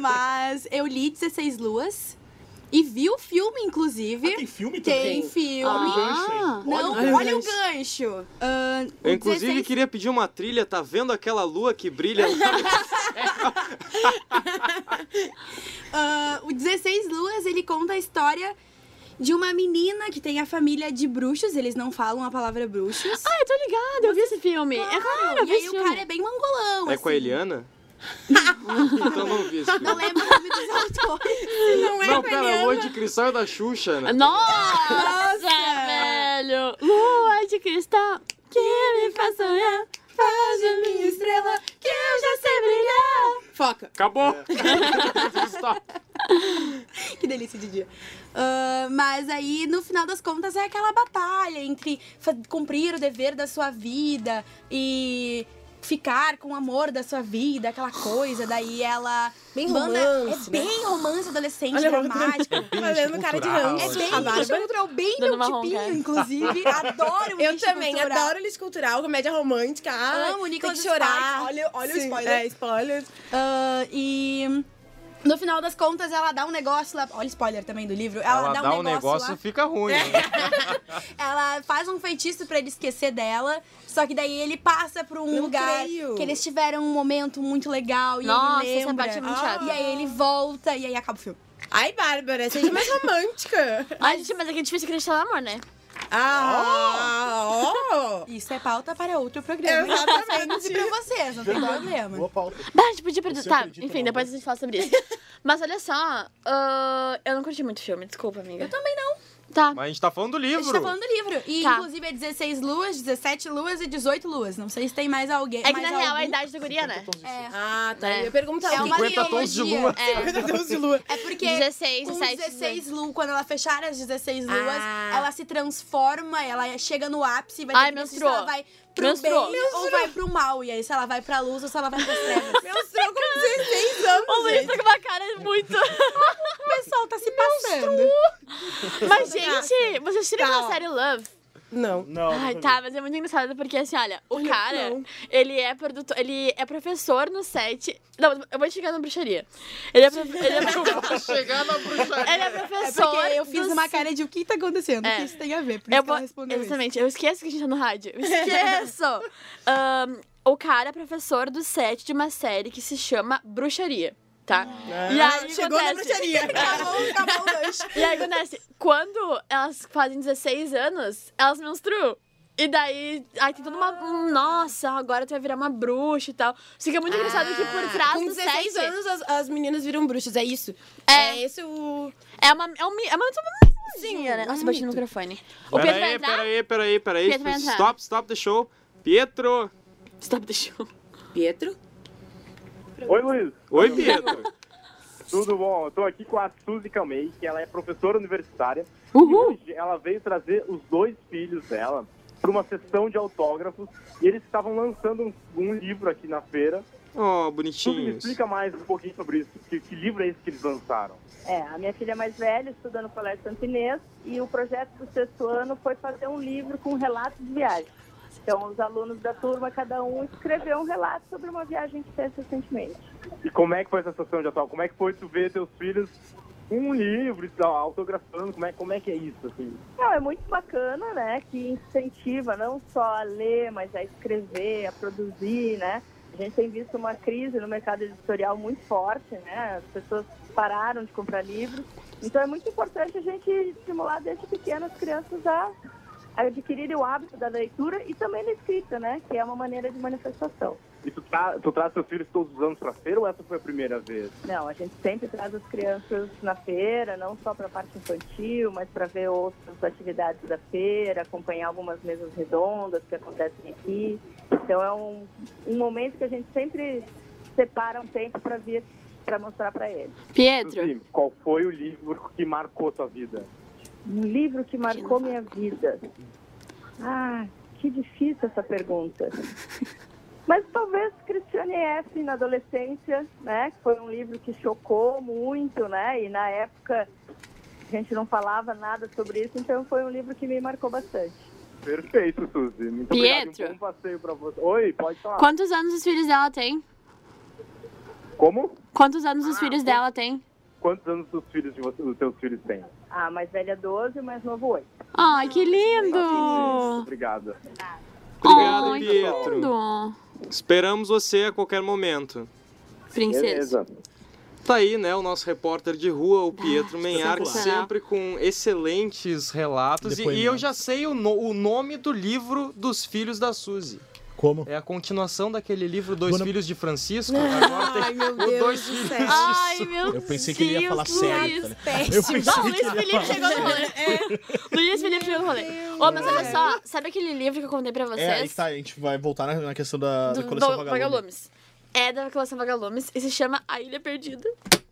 mas eu li 16 Luas. E vi o filme, inclusive.
Ah, tem filme
tem
também?
filme.
Olha o gancho aí.
Ah, não,
Olha
olha,
o
o gancho. Ah, o
Eu, inclusive,
16
queria pedir uma trilha, tá vendo aquela lua que brilha lá?
Ah, o 16 Luas, ele conta a história de uma menina que tem a família de bruxos, eles não falam a palavra bruxos.
Ah, eu tô ligada, eu vi esse filme. é claro, eu
e
vi
aí
esse
o
filme.
cara é bem mangolão,
É
assim.
com a Eliana? então não vi esse filme.
Não lembro o nome dos autores. Não é
Não,
com a
pera,
Eliana.
Lua de Cristal é da Xuxa, né?
Nossa,
Nossa!
velho! Lua de cristal que me faz sonhar.
Faz de minha estrela que eu já sei brilhar. Foca.
Acabou!
É.
Cristal.
Que delícia de dia. Ah, mas aí, no final das contas, é aquela batalha entre fa- cumprir o dever da sua vida e ficar com o amor da sua vida, aquela coisa. Daí ela.
Bem
manda-
romance,
É
né?
bem romance adolescente,
Olha a outra.
dramático.
Fazendo cara de
cultural,
ranço.
É bem
a
lixo
Bárbara.
cultural, bem
Dando
meu
uma
tipinho,
roncada.
inclusive. Adoro o
Eu
lixo
também
cultural.
adoro lixo cultural, comédia romântica. Ai,
Amo
tem
Nicolas
que chorar.
Sparks. Olha- olha o
Sim,
spoiler.
É, spoiler.
Ah, e no final das contas, ela dá um negócio lá. Olha, spoiler também do livro. Ela, dá, um negócio, lá.
fica ruim.
É.
Né?
Ela faz um feitiço pra ele esquecer dela. Só que daí ele passa pra um
Não
lugar
creio.
que eles tiveram um momento muito legal. E
Nossa,
ele
essa
lembra. Ah.
parte é muito chata.
E aí ele volta e aí acaba o filme.
Ai, Bárbara, é seja mais romântica.
Ai, gente, mas é que é difícil acreditar no amor, né?
Ah, ó.
Isso é pauta para outro programa. E pra
Exatamente.
vocês, não tem
Ah.
problema.
Boa pauta.
Bah, a gente podia perder.
Você
Tá,
acredita no
enfim,
amor?
depois a gente fala sobre isso. Mas olha só, ah, eu não curti muito o filme, desculpa, amiga. Eu também não. Tá.
Mas a gente tá falando do
A gente
livro.
tá falando do livro. E
Tá.
inclusive é 16 luas, 17 luas e 18 luas. Não sei se tem mais alguém.
É que na
mais
real é a
algum.
idade da guria, né?
É.
Ah, tá.
Né?
Eu pergunto
É uma
50 tons de
trilogia.
lua.
É.
Deus de lua.
É porque
16,
com
17,
16 luas, quando ela fechar as 16 luas,
Ah.
ela se transforma, ela chega no ápice e vai ter
Ai,
que decidir se
menstruou.
ela vai pro
Menstruou.
bem ou vai pro mal. E aí, se ela vai pra luz ou se ela vai pra trevas.
Meu senhor com 16 anos.
O Luiz
gente.
tá com uma cara muito.
o pessoal tá se passando.
Mas, gente, vocês tiram
Tá,
uma
ó.
série Love?
Não.
Não.
Ai,
nunca
tá, mas é muito engraçado porque assim, olha, o cara,
não.
ele é produtor, ele é professor no set. Não, eu vou te chegar na bruxaria. Ele é, pro- ele é,
Pra chegar na bruxaria.
ele é
É
professor.
porque eu fiz
do
uma
set.
cara de o que tá acontecendo, o
É.
que isso tem a ver. Por
Eu
isso que
vou-
ela respondeu isso.
Exatamente, eu esqueço que a gente tá no rádio. Eu esqueço! Ahn, o cara é professor do set de uma série que se chama Bruxaria, tá?
Ah.
E aí
Chegou na
acontece-
bruxaria.
Acabou, acabou o gancho.
E aí acontece, quando elas fazem 16 anos, elas menstruam. E daí, aí tem toda uma. hum, Nossa, agora tu vai virar uma bruxa e tal. Isso que é muito engraçado que por trás
Ah. Com
do
16
set
anos, as, as meninas viram bruxas, é isso?
um É.
esse o...
é uma. É, um, mi- é uma. Sim, né? Nossa, bati no microfone. O Pedro vai
Peraí,
entrar?
peraí, peraí, peraí.
Pietro vai entrar.
Stop, stop the show. Pietro.
Stop the show.
Pietro?
Oi, Luiz.
Oi, Pietro.
Tudo bom? Eu tô aqui com a Suzy Calmei, que ela é professora universitária.
Uhul!
Hoje ela veio trazer os dois filhos dela para uma sessão de autógrafos e eles estavam lançando um, um livro aqui na feira.
Oh,
Suzy, me
bonitinhos.
explica mais um pouquinho sobre isso. Que, que livro é esse que eles lançaram?
É, a minha filha mais velha estuda no Colégio Santo Inês e o projeto do sexto ano foi fazer um livro com relatos de viagem. Então, os alunos da turma, cada um escreveu um relato sobre uma viagem que fez recentemente.
E como é que foi essa sessão de autógrafos? Como é que foi tu ver teus filhos com um livro e tal, autografando? Como é, como é que é isso? Assim?
Não, é muito bacana, né? Que incentiva não só a ler, mas a escrever, a produzir, né? A gente tem visto uma crise no mercado editorial muito forte, né? As pessoas pararam de comprar livros. Então é muito importante a gente estimular desde pequeno as crianças a a adquirirem o hábito da leitura e também da escrita, né? Que é uma maneira de manifestação.
E tu, tra tu traz teus filhos todos os anos pra feira ou essa foi a primeira vez?
Não, a gente sempre traz as crianças na feira, não só para a parte infantil, mas para ver outras atividades da feira, acompanhar algumas mesas redondas que acontecem aqui. Então é um, um momento que a gente sempre separa um tempo para vir para mostrar para eles.
Pietro.
Suzy, qual foi o livro que marcou tua vida?
Um livro que marcou minha vida. Ah, que difícil essa pergunta. Mas talvez Christiane F. na adolescência, né? que Foi um livro que chocou muito, né? E na época a gente não falava nada sobre isso, então foi um livro que me marcou bastante.
Perfeito, Suzy. Muito
Pietro.
obrigado. Um bom passeio pra você. Oi, pode falar.
Quantos anos os filhos dela têm?
Como?
Ah,
Quantos anos os filhos dela têm?
quantos anos os filhos de você- os seus filhos têm?
A Ah, mais velha 12, o mais novo 8.
Ai, que lindo!
Obrigado.
Obrigado,
Ai, que
Pietro.
lindo!
Esperamos você a qualquer momento.
Princesa.
Beleza.
Tá aí, né, o nosso repórter de rua, o Pietro Menhar,
Ah, espetacular.
sempre com excelentes relatos. E, e eu já sei o, no- o nome do livro dos filhos da Suzy.
Como?
É a continuação daquele livro Dois
Dona-
Filhos de Francisco. Agora tem
Ai, meu
o Dois
Deus do
Filhos
céu.
de
Ai,
Su-
meu
Eu pensei que ele ia
Deus,
falar sério.
Luiz. um
tá ligado? Eu
Péssimo.
pensei
Não,
que
Luiz
ele
Felipe chegou no rolê. Luiz Felipe chegou no rolê. Ô, mas olha só, sabe aquele livro que eu contei pra vocês?
É, aí que tá, a gente vai voltar na, na questão da, da
Do-
coleção
do-
Vagalume.
É da coleção Vagalumes e se chama A Ilha Perdida.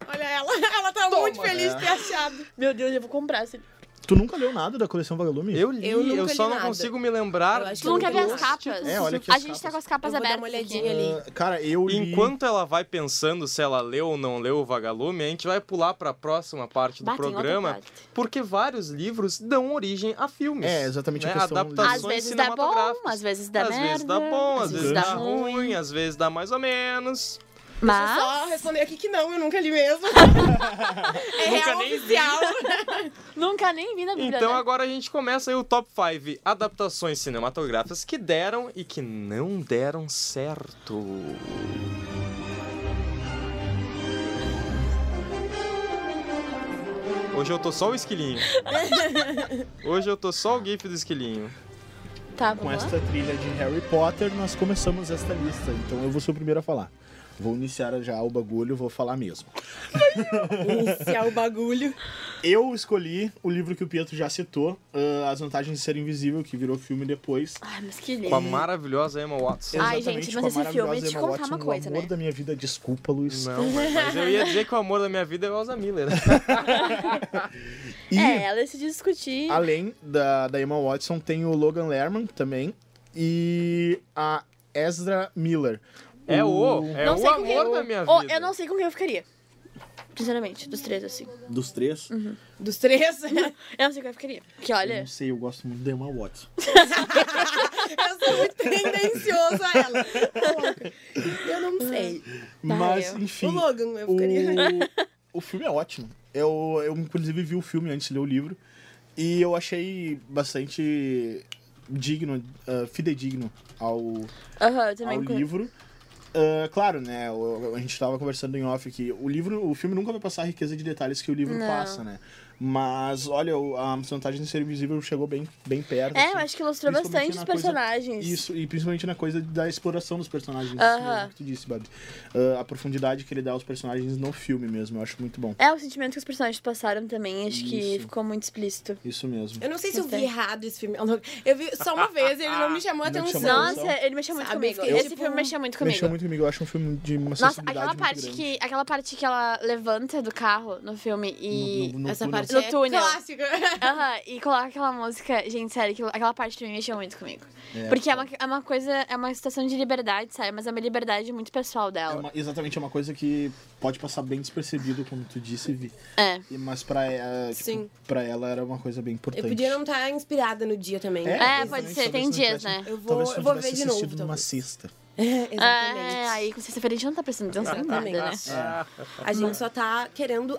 Olha ela, ela tá muito
né?
feliz de ter achado.
Meu Deus, eu vou comprar esse livro.
Tu nunca leu nada da coleção Vagalume?
Eu li,
Eu
eu,
nunca
só
li
não
nada.
consigo me
Eu
lembrar.
acho
Tu não
que
quer
eu
ver as
gosto.
capas?
É, olha aqui
A
as
gente tá
capas.
com as capas
Eu vou dar
abertas.
uma
aqui.
olhadinha.
Ah, cara, eu li...
Enquanto ela vai pensando se ela leu ou não leu o Vagalume, a gente vai pular pra próxima parte do
Bah, tem outra
programa,
parte.
porque vários livros dão origem a filmes.
É, exatamente a
né?
questão-
Às
Adaptações
vezes dá bom,
cinematográficas.
às vezes dá
às
né?
merda.
vezes dá bom, às vezes
vezes
dá ruim, às vezes dá mais ou menos.
Deixa eu
Mas
só responder aqui que não, eu nunca li mesmo. é
Nunca
real
nem vi.
oficial.
nunca nem vi na Bíblia,
Então
né?
agora a gente começa aí o top 5 adaptações cinematográficas que deram e que não deram certo. Hoje eu tô só o esquilinho. Hoje eu tô só o gif do esquilinho.
Tá,
Com
bom.
esta trilha de Harry Potter, nós começamos esta lista. Então eu vou ser o primeiro a falar. Vou iniciar já o bagulho, vou falar mesmo.
Iniciar o bagulho.
Eu escolhi o livro que o Pietro já citou, ah, As Vantagens de Ser Invisível, que virou filme depois.
Ai, mas que
Com a
lindo.
maravilhosa Emma Watson.
Ai,
Exatamente,
gente,
com
mas
a
esse filme,
maravilhosa
deixa eu te
Emma
contar uma
Watson,
coisa,
o amor
né?
da minha vida, desculpa, Luiz.
Não, mas mas eu ia dizer que o amor da minha vida é o Elsa Miller.
E,
É, ela decidiu discutir.
além da, da Emma Watson, tem o Logan Lerman também e a Ezra Miller.
É o, é
Não
o
sei com quem
amor
eu-
da minha vida.
Ô, eu não sei com quem eu ficaria. Sinceramente, dos três, assim.
Dos três?
Dos três.
Eu não sei com quem eu ficaria. Que
Eu
olha.
não sei, eu gosto muito da Emma Watson.
Eu sou muito tendencioso a ela. Eu não sei.
Ah. Mas,
Tá, eu-
enfim.
O Logan, eu
O,
ficaria.
o filme é ótimo. Eu, eu, inclusive, vi o filme antes de ler o livro. E eu achei bastante digno, ah, fidedigno ao,
Aham, eu
ao
também. com-
livro. Ah, claro, né? o- A gente tava conversando em off que o livro, o filme nunca vai passar a riqueza de detalhes que o livro
Não.
passa, né? Mas, olha, o- a vantagem de ser invisível chegou bem, bem perto.
É,
assim.
eu acho que ilustrou
Principalmente
bastante os
na coisa-
personagens.
Isso, e principalmente na coisa da exploração dos personagens, isso
Aham.
mesmo que tu disse, Babi. Ah, a profundidade que ele dá aos personagens no filme mesmo, eu acho muito bom.
É, o sentimento que os personagens passaram também, acho que
Isso.
ficou muito explícito.
Isso mesmo.
Eu não sei se eu vi
Gostei.
errado esse filme. Eu vi só uma vez, ele não me chamou a
Não te
atenção.
chamou a
Nossa, ele mexeu muito
Sabe,
comigo.
eu fiquei,
Esse
tipo,
filme mexeu muito comigo.
Mexeu muito comigo, eu acho um filme de uma
é
Nossa,
sensibilidade
aquela
muito
parte,
grande.
que, aquela parte que ela levanta do carro no filme e.
No- no- no
Essa
túnel.
parte
No
é
túnel.
clássica.
Aham, e coloca aquela música. Gente, sério, aquilo- aquela parte também mexeu muito comigo. Porque é uma, é uma coisa, é uma situação de liberdade, sabe? Mas é uma liberdade muito pessoal
É
dela.
uma- exatamente, é uma coisa que pode passar bem despercebido, como tu disse, Vi.
É.
E- Mas pra ela, tipo,
Sim.
pra ela era uma coisa bem importante.
Eu podia não estar inspirada no dia também.
É,
exatamente,
pode ser,
talvez
tem
não
dias,
tivesse-
né?
Eu vou-
talvez se não
eu vou
tivesse
ver de novo,
assistido numa
talvez.
sexta.
É,
Exatamente.
aí com sexta-feira a gente não tá prestando atenção em nada, né?
Ah,
É.
A gente só tá querendo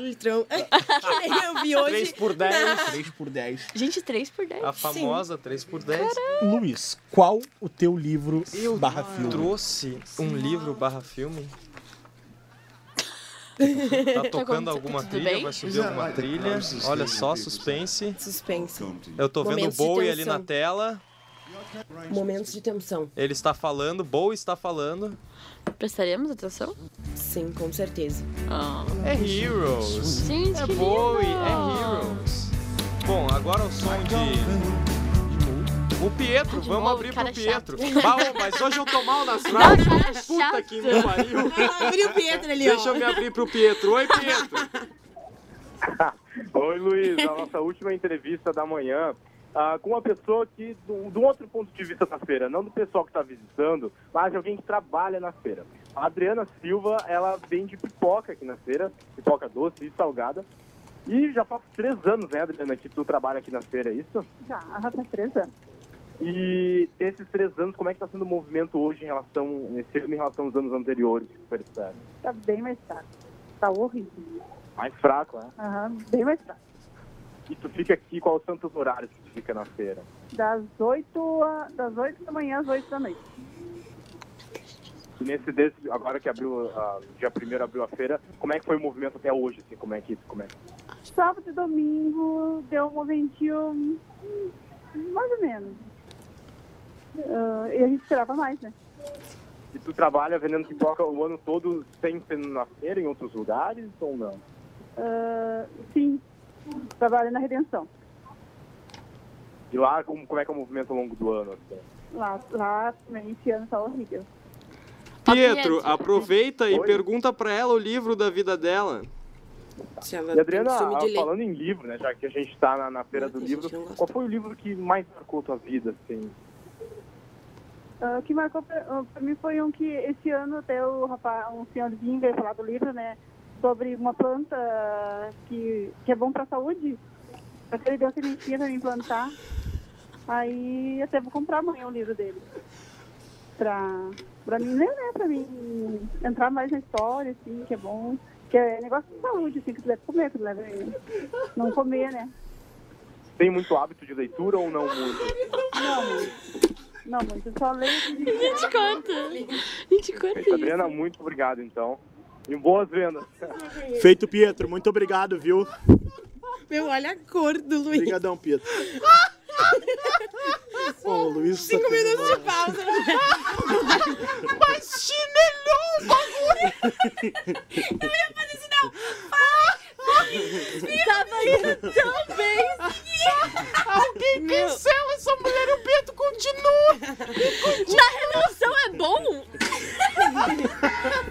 o litrão. que nem eu vi hoje.
3 por 10.
3 por 10.
Gente, 3 por 10.
A famosa 3 por 10.
Luiz, qual o teu livro
Eu
barra filme?
trouxe um livro barra filme. Tá tocando
acontecendo?
alguma
Tudo
trilha,
bem?
vai subir alguma trilha. Olha só, suspense.
Suspense.
Eu tô vendo o
Momentos de
Bowie ali na
tensão.
tela.
Momentos de tensão.
Ele está falando, Bowie está falando.
Prestaremos atenção? Ah.
Sim, com certeza.
É Heroes.
Gente,
É
que
Bowie,
lindo.
é Heroes. Bom, agora o som de. O Pietro,
Ah, De
vamos
Bowie,
abrir pro
cara
Pietro.
chato.
Bah, ô, mas hoje eu tô mal nas
Ah,
frases.
cara,
Puta
chato.
que me pariu.
Abriu o Pietro ali,
Deixa eu me abrir pro Pietro. Oi, Pietro.
Oi, Luiz. A nossa última entrevista da manhã ah, com uma pessoa que, do- de um outro ponto de vista da feira, não do pessoal que está visitando, mas de alguém que trabalha na feira. A Adriana Silva, ela vende pipoca aqui na feira, pipoca doce e salgada. E já faz três anos, né, Adriana, que tu trabalha aqui na feira, é isso?
Já, tá três anos.
E desses três anos, como é que tá sendo o movimento hoje em relação, é, nesse ano, em relação aos anos anteriores? que tu percebe?
Tá bem mais tarde. Tá horrível.
Mais fraco, né?
Aham, bem mais tarde.
E tu fica aqui, qual são os teus horários que tu fica na feira?
Das 8, a- das 8 da manhã às 8 da noite.
E nesse desse, agora que abriu, ah, dia 1 abriu a feira, como é que foi o movimento até hoje, assim? Como é que. Como é que...
Sábado e domingo deu um movimentinho hum, mais ou menos. Ah, e a gente esperava mais, né?
E tu trabalha vendendo pipoca o ano todo sem ser na feira, em outros lugares ou não?
Ah, sim, trabalho na redenção.
E lá, como, como é que é o movimento ao longo do ano? Assim?
Lá, lá também esse ano tá horrível.
Pietro,
Pietro, aproveita e
Oi?
pergunta pra ela o livro da vida dela.
Se ela
E
tem
Adriana,
costume
ah,
de ler.
falando em livro, né, já que a gente tá na, na feira do
Muita gente
livro,
não gosta.
qual foi o livro que mais marcou tua vida, assim?
Ah, o que marcou pra, ah, pra mim foi um que esse ano até o rapaz, um senhorzinho veio falar do livro, né? Sobre uma planta que, que é bom pra saúde. Só que Ele deu sementinha pra mim plantar. Aí até vou comprar amanhã o livro dele. Pra, pra mim ler, né? Pra mim entrar mais na história, assim, que é bom. Que é negócio de saúde, assim, que tu deve comer, que tu deve não comer, né?
Tem muito hábito de leitura ou não muito?
Não, mas eu só leio o livro.
A gente corta. A gente corta
Perfeito.
isso.
Adriana, muito obrigado, então. E boas vendas.
Feito, Pietro. Muito obrigado, viu?
Meu, olha a cor do Luiz.
Obrigadão, Pietro. Ô, Luiz. tá
Cinco
tendo
minutos
uma-
de pausa.
Tava indo tão bem.
Ah,
Alguém cancela essa mulher, o Pedro continua. Na redação é bom?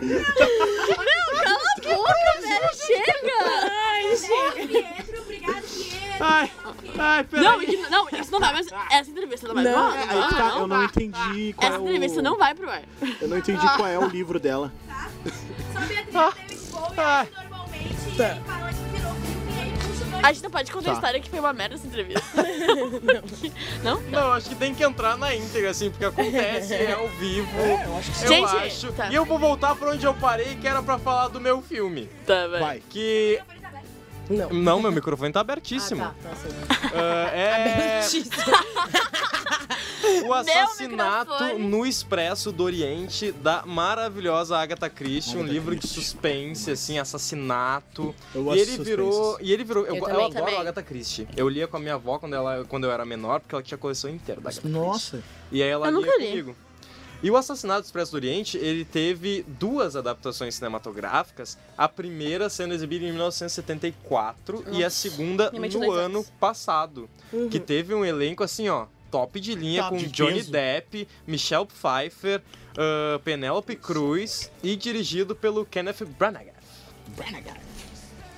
Meu, cala a boca, velho. Chega.
Ai, gente. é
Pietro, obrigado, Pietro.
Ai, ai,
Não,
peraí.
igno- não, isso não vai mais. Essa entrevista não vai
Não, Ah.
pro ar.
Aí que tá,
não.
eu não entendi qual
Essa
é o...
entrevista não vai pro ar.
Eu não entendi qual é o livro dela.
Só
Ah.
Beatriz teve voo e acho que normalmente ele parou, acho que virou filme e aí puxa o
A gente não pode contar a
Tá.
história que foi uma merda assim, essa entrevista. não?
Não, acho que tem que entrar na íntegra, assim, porque acontece, é ao vivo. eu acho que
Gente,
acho.
tá.
E eu vou voltar pra onde eu parei, que era pra falar do meu filme.
Tá, vai.
Vai.
Que.
Não.
Não, meu microfone tá abertíssimo. Ah, é. O assassinato
microfone.
no Expresso do Oriente da maravilhosa Agatha Christie, um
Agatha
livro de
Christie.
suspense, assim, assassinato.
Eu
e
gosto
ele
de
virou,
suspenses.
e ele virou, eu,
Eu
eu
também,
adoro
também.
a Agatha Christie. Eu lia com a minha avó quando ela quando eu era menor, porque ela tinha a coleção inteira da Agatha Christie.
Nossa.
E aí ela
Eu
lia
nunca li.
comigo. E o Assassinato do Expresso do Oriente, ele teve duas adaptações cinematográficas, a primeira sendo exibida em 1974 e a segunda
minha mãe tinha
no
dois
ano
anos.
passado,
Uhum.
que teve um elenco assim, ó, top de linha
Top
com
Tá de
Johnny
peso.
Depp, Michelle Pfeiffer, ah, Penelope Cruz e dirigido pelo Kenneth Branagh.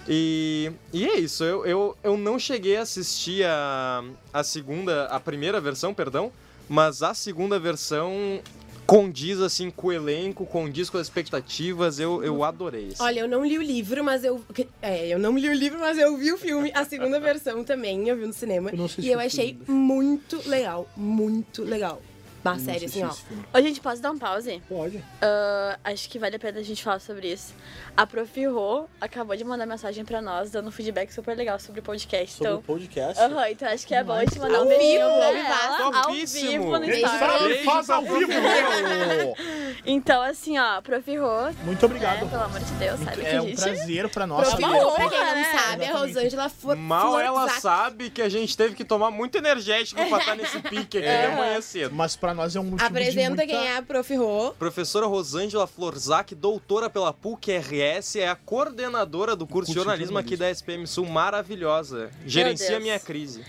E, e é isso, eu, eu, eu não cheguei a assistir a, a segunda, a primeira versão, perdão, mas a segunda versão condiz assim com o elenco, condiz com as expectativas, eu, eu adorei. assim.
Olha, eu não li o livro, mas eu. É, eu não li o livro, mas eu vi o filme, a segunda versão também, eu vi no cinema.
Eu não assisti
e eu
o
achei
filme.
muito legal, muito legal.
Tá,
Bah, sério, assim, ó.
Ô, gente, posso dar um pause?
Pode.
Ah, acho que vale a pena a gente falar sobre isso. A Prof. Rô acabou de mandar mensagem pra nós, dando um feedback super legal sobre o podcast.
Sobre o
então,
podcast.
Aham, então acho que é bom a gente mandar
Ao
um beijinho
vivo,
pra
ao vivaço.
ela, ao
Topíssimo.
vivo
Quem
no
Beijo
Instagram.
sabe
Beijo
faz
pra
ao vivo, meu!
Então, assim, ó, Prof. Rô,
Muito
né,
obrigado.
pelo amor de Deus, sabe que
É
a
um
gente...
prazer pra nós.
Prova-
Provou, pra quem
né?
não sabe, é a
Exatamente.
Rosângela Flor.
Mal
Flor
ela
Zac-
sabe que a gente teve que tomar muito energético pra estar nesse pique aqui de manhã cedo.
É. Mas pra nós é um motivo
Apresenta
de muita...
quem é a Prof. Rô.
Professora Rosângela Florzac, doutora pela PUC-RS, é a coordenadora do curso de
curso de
jornalismo aqui da SPM Sul, maravilhosa. Gerencia
Deus.
minha crise.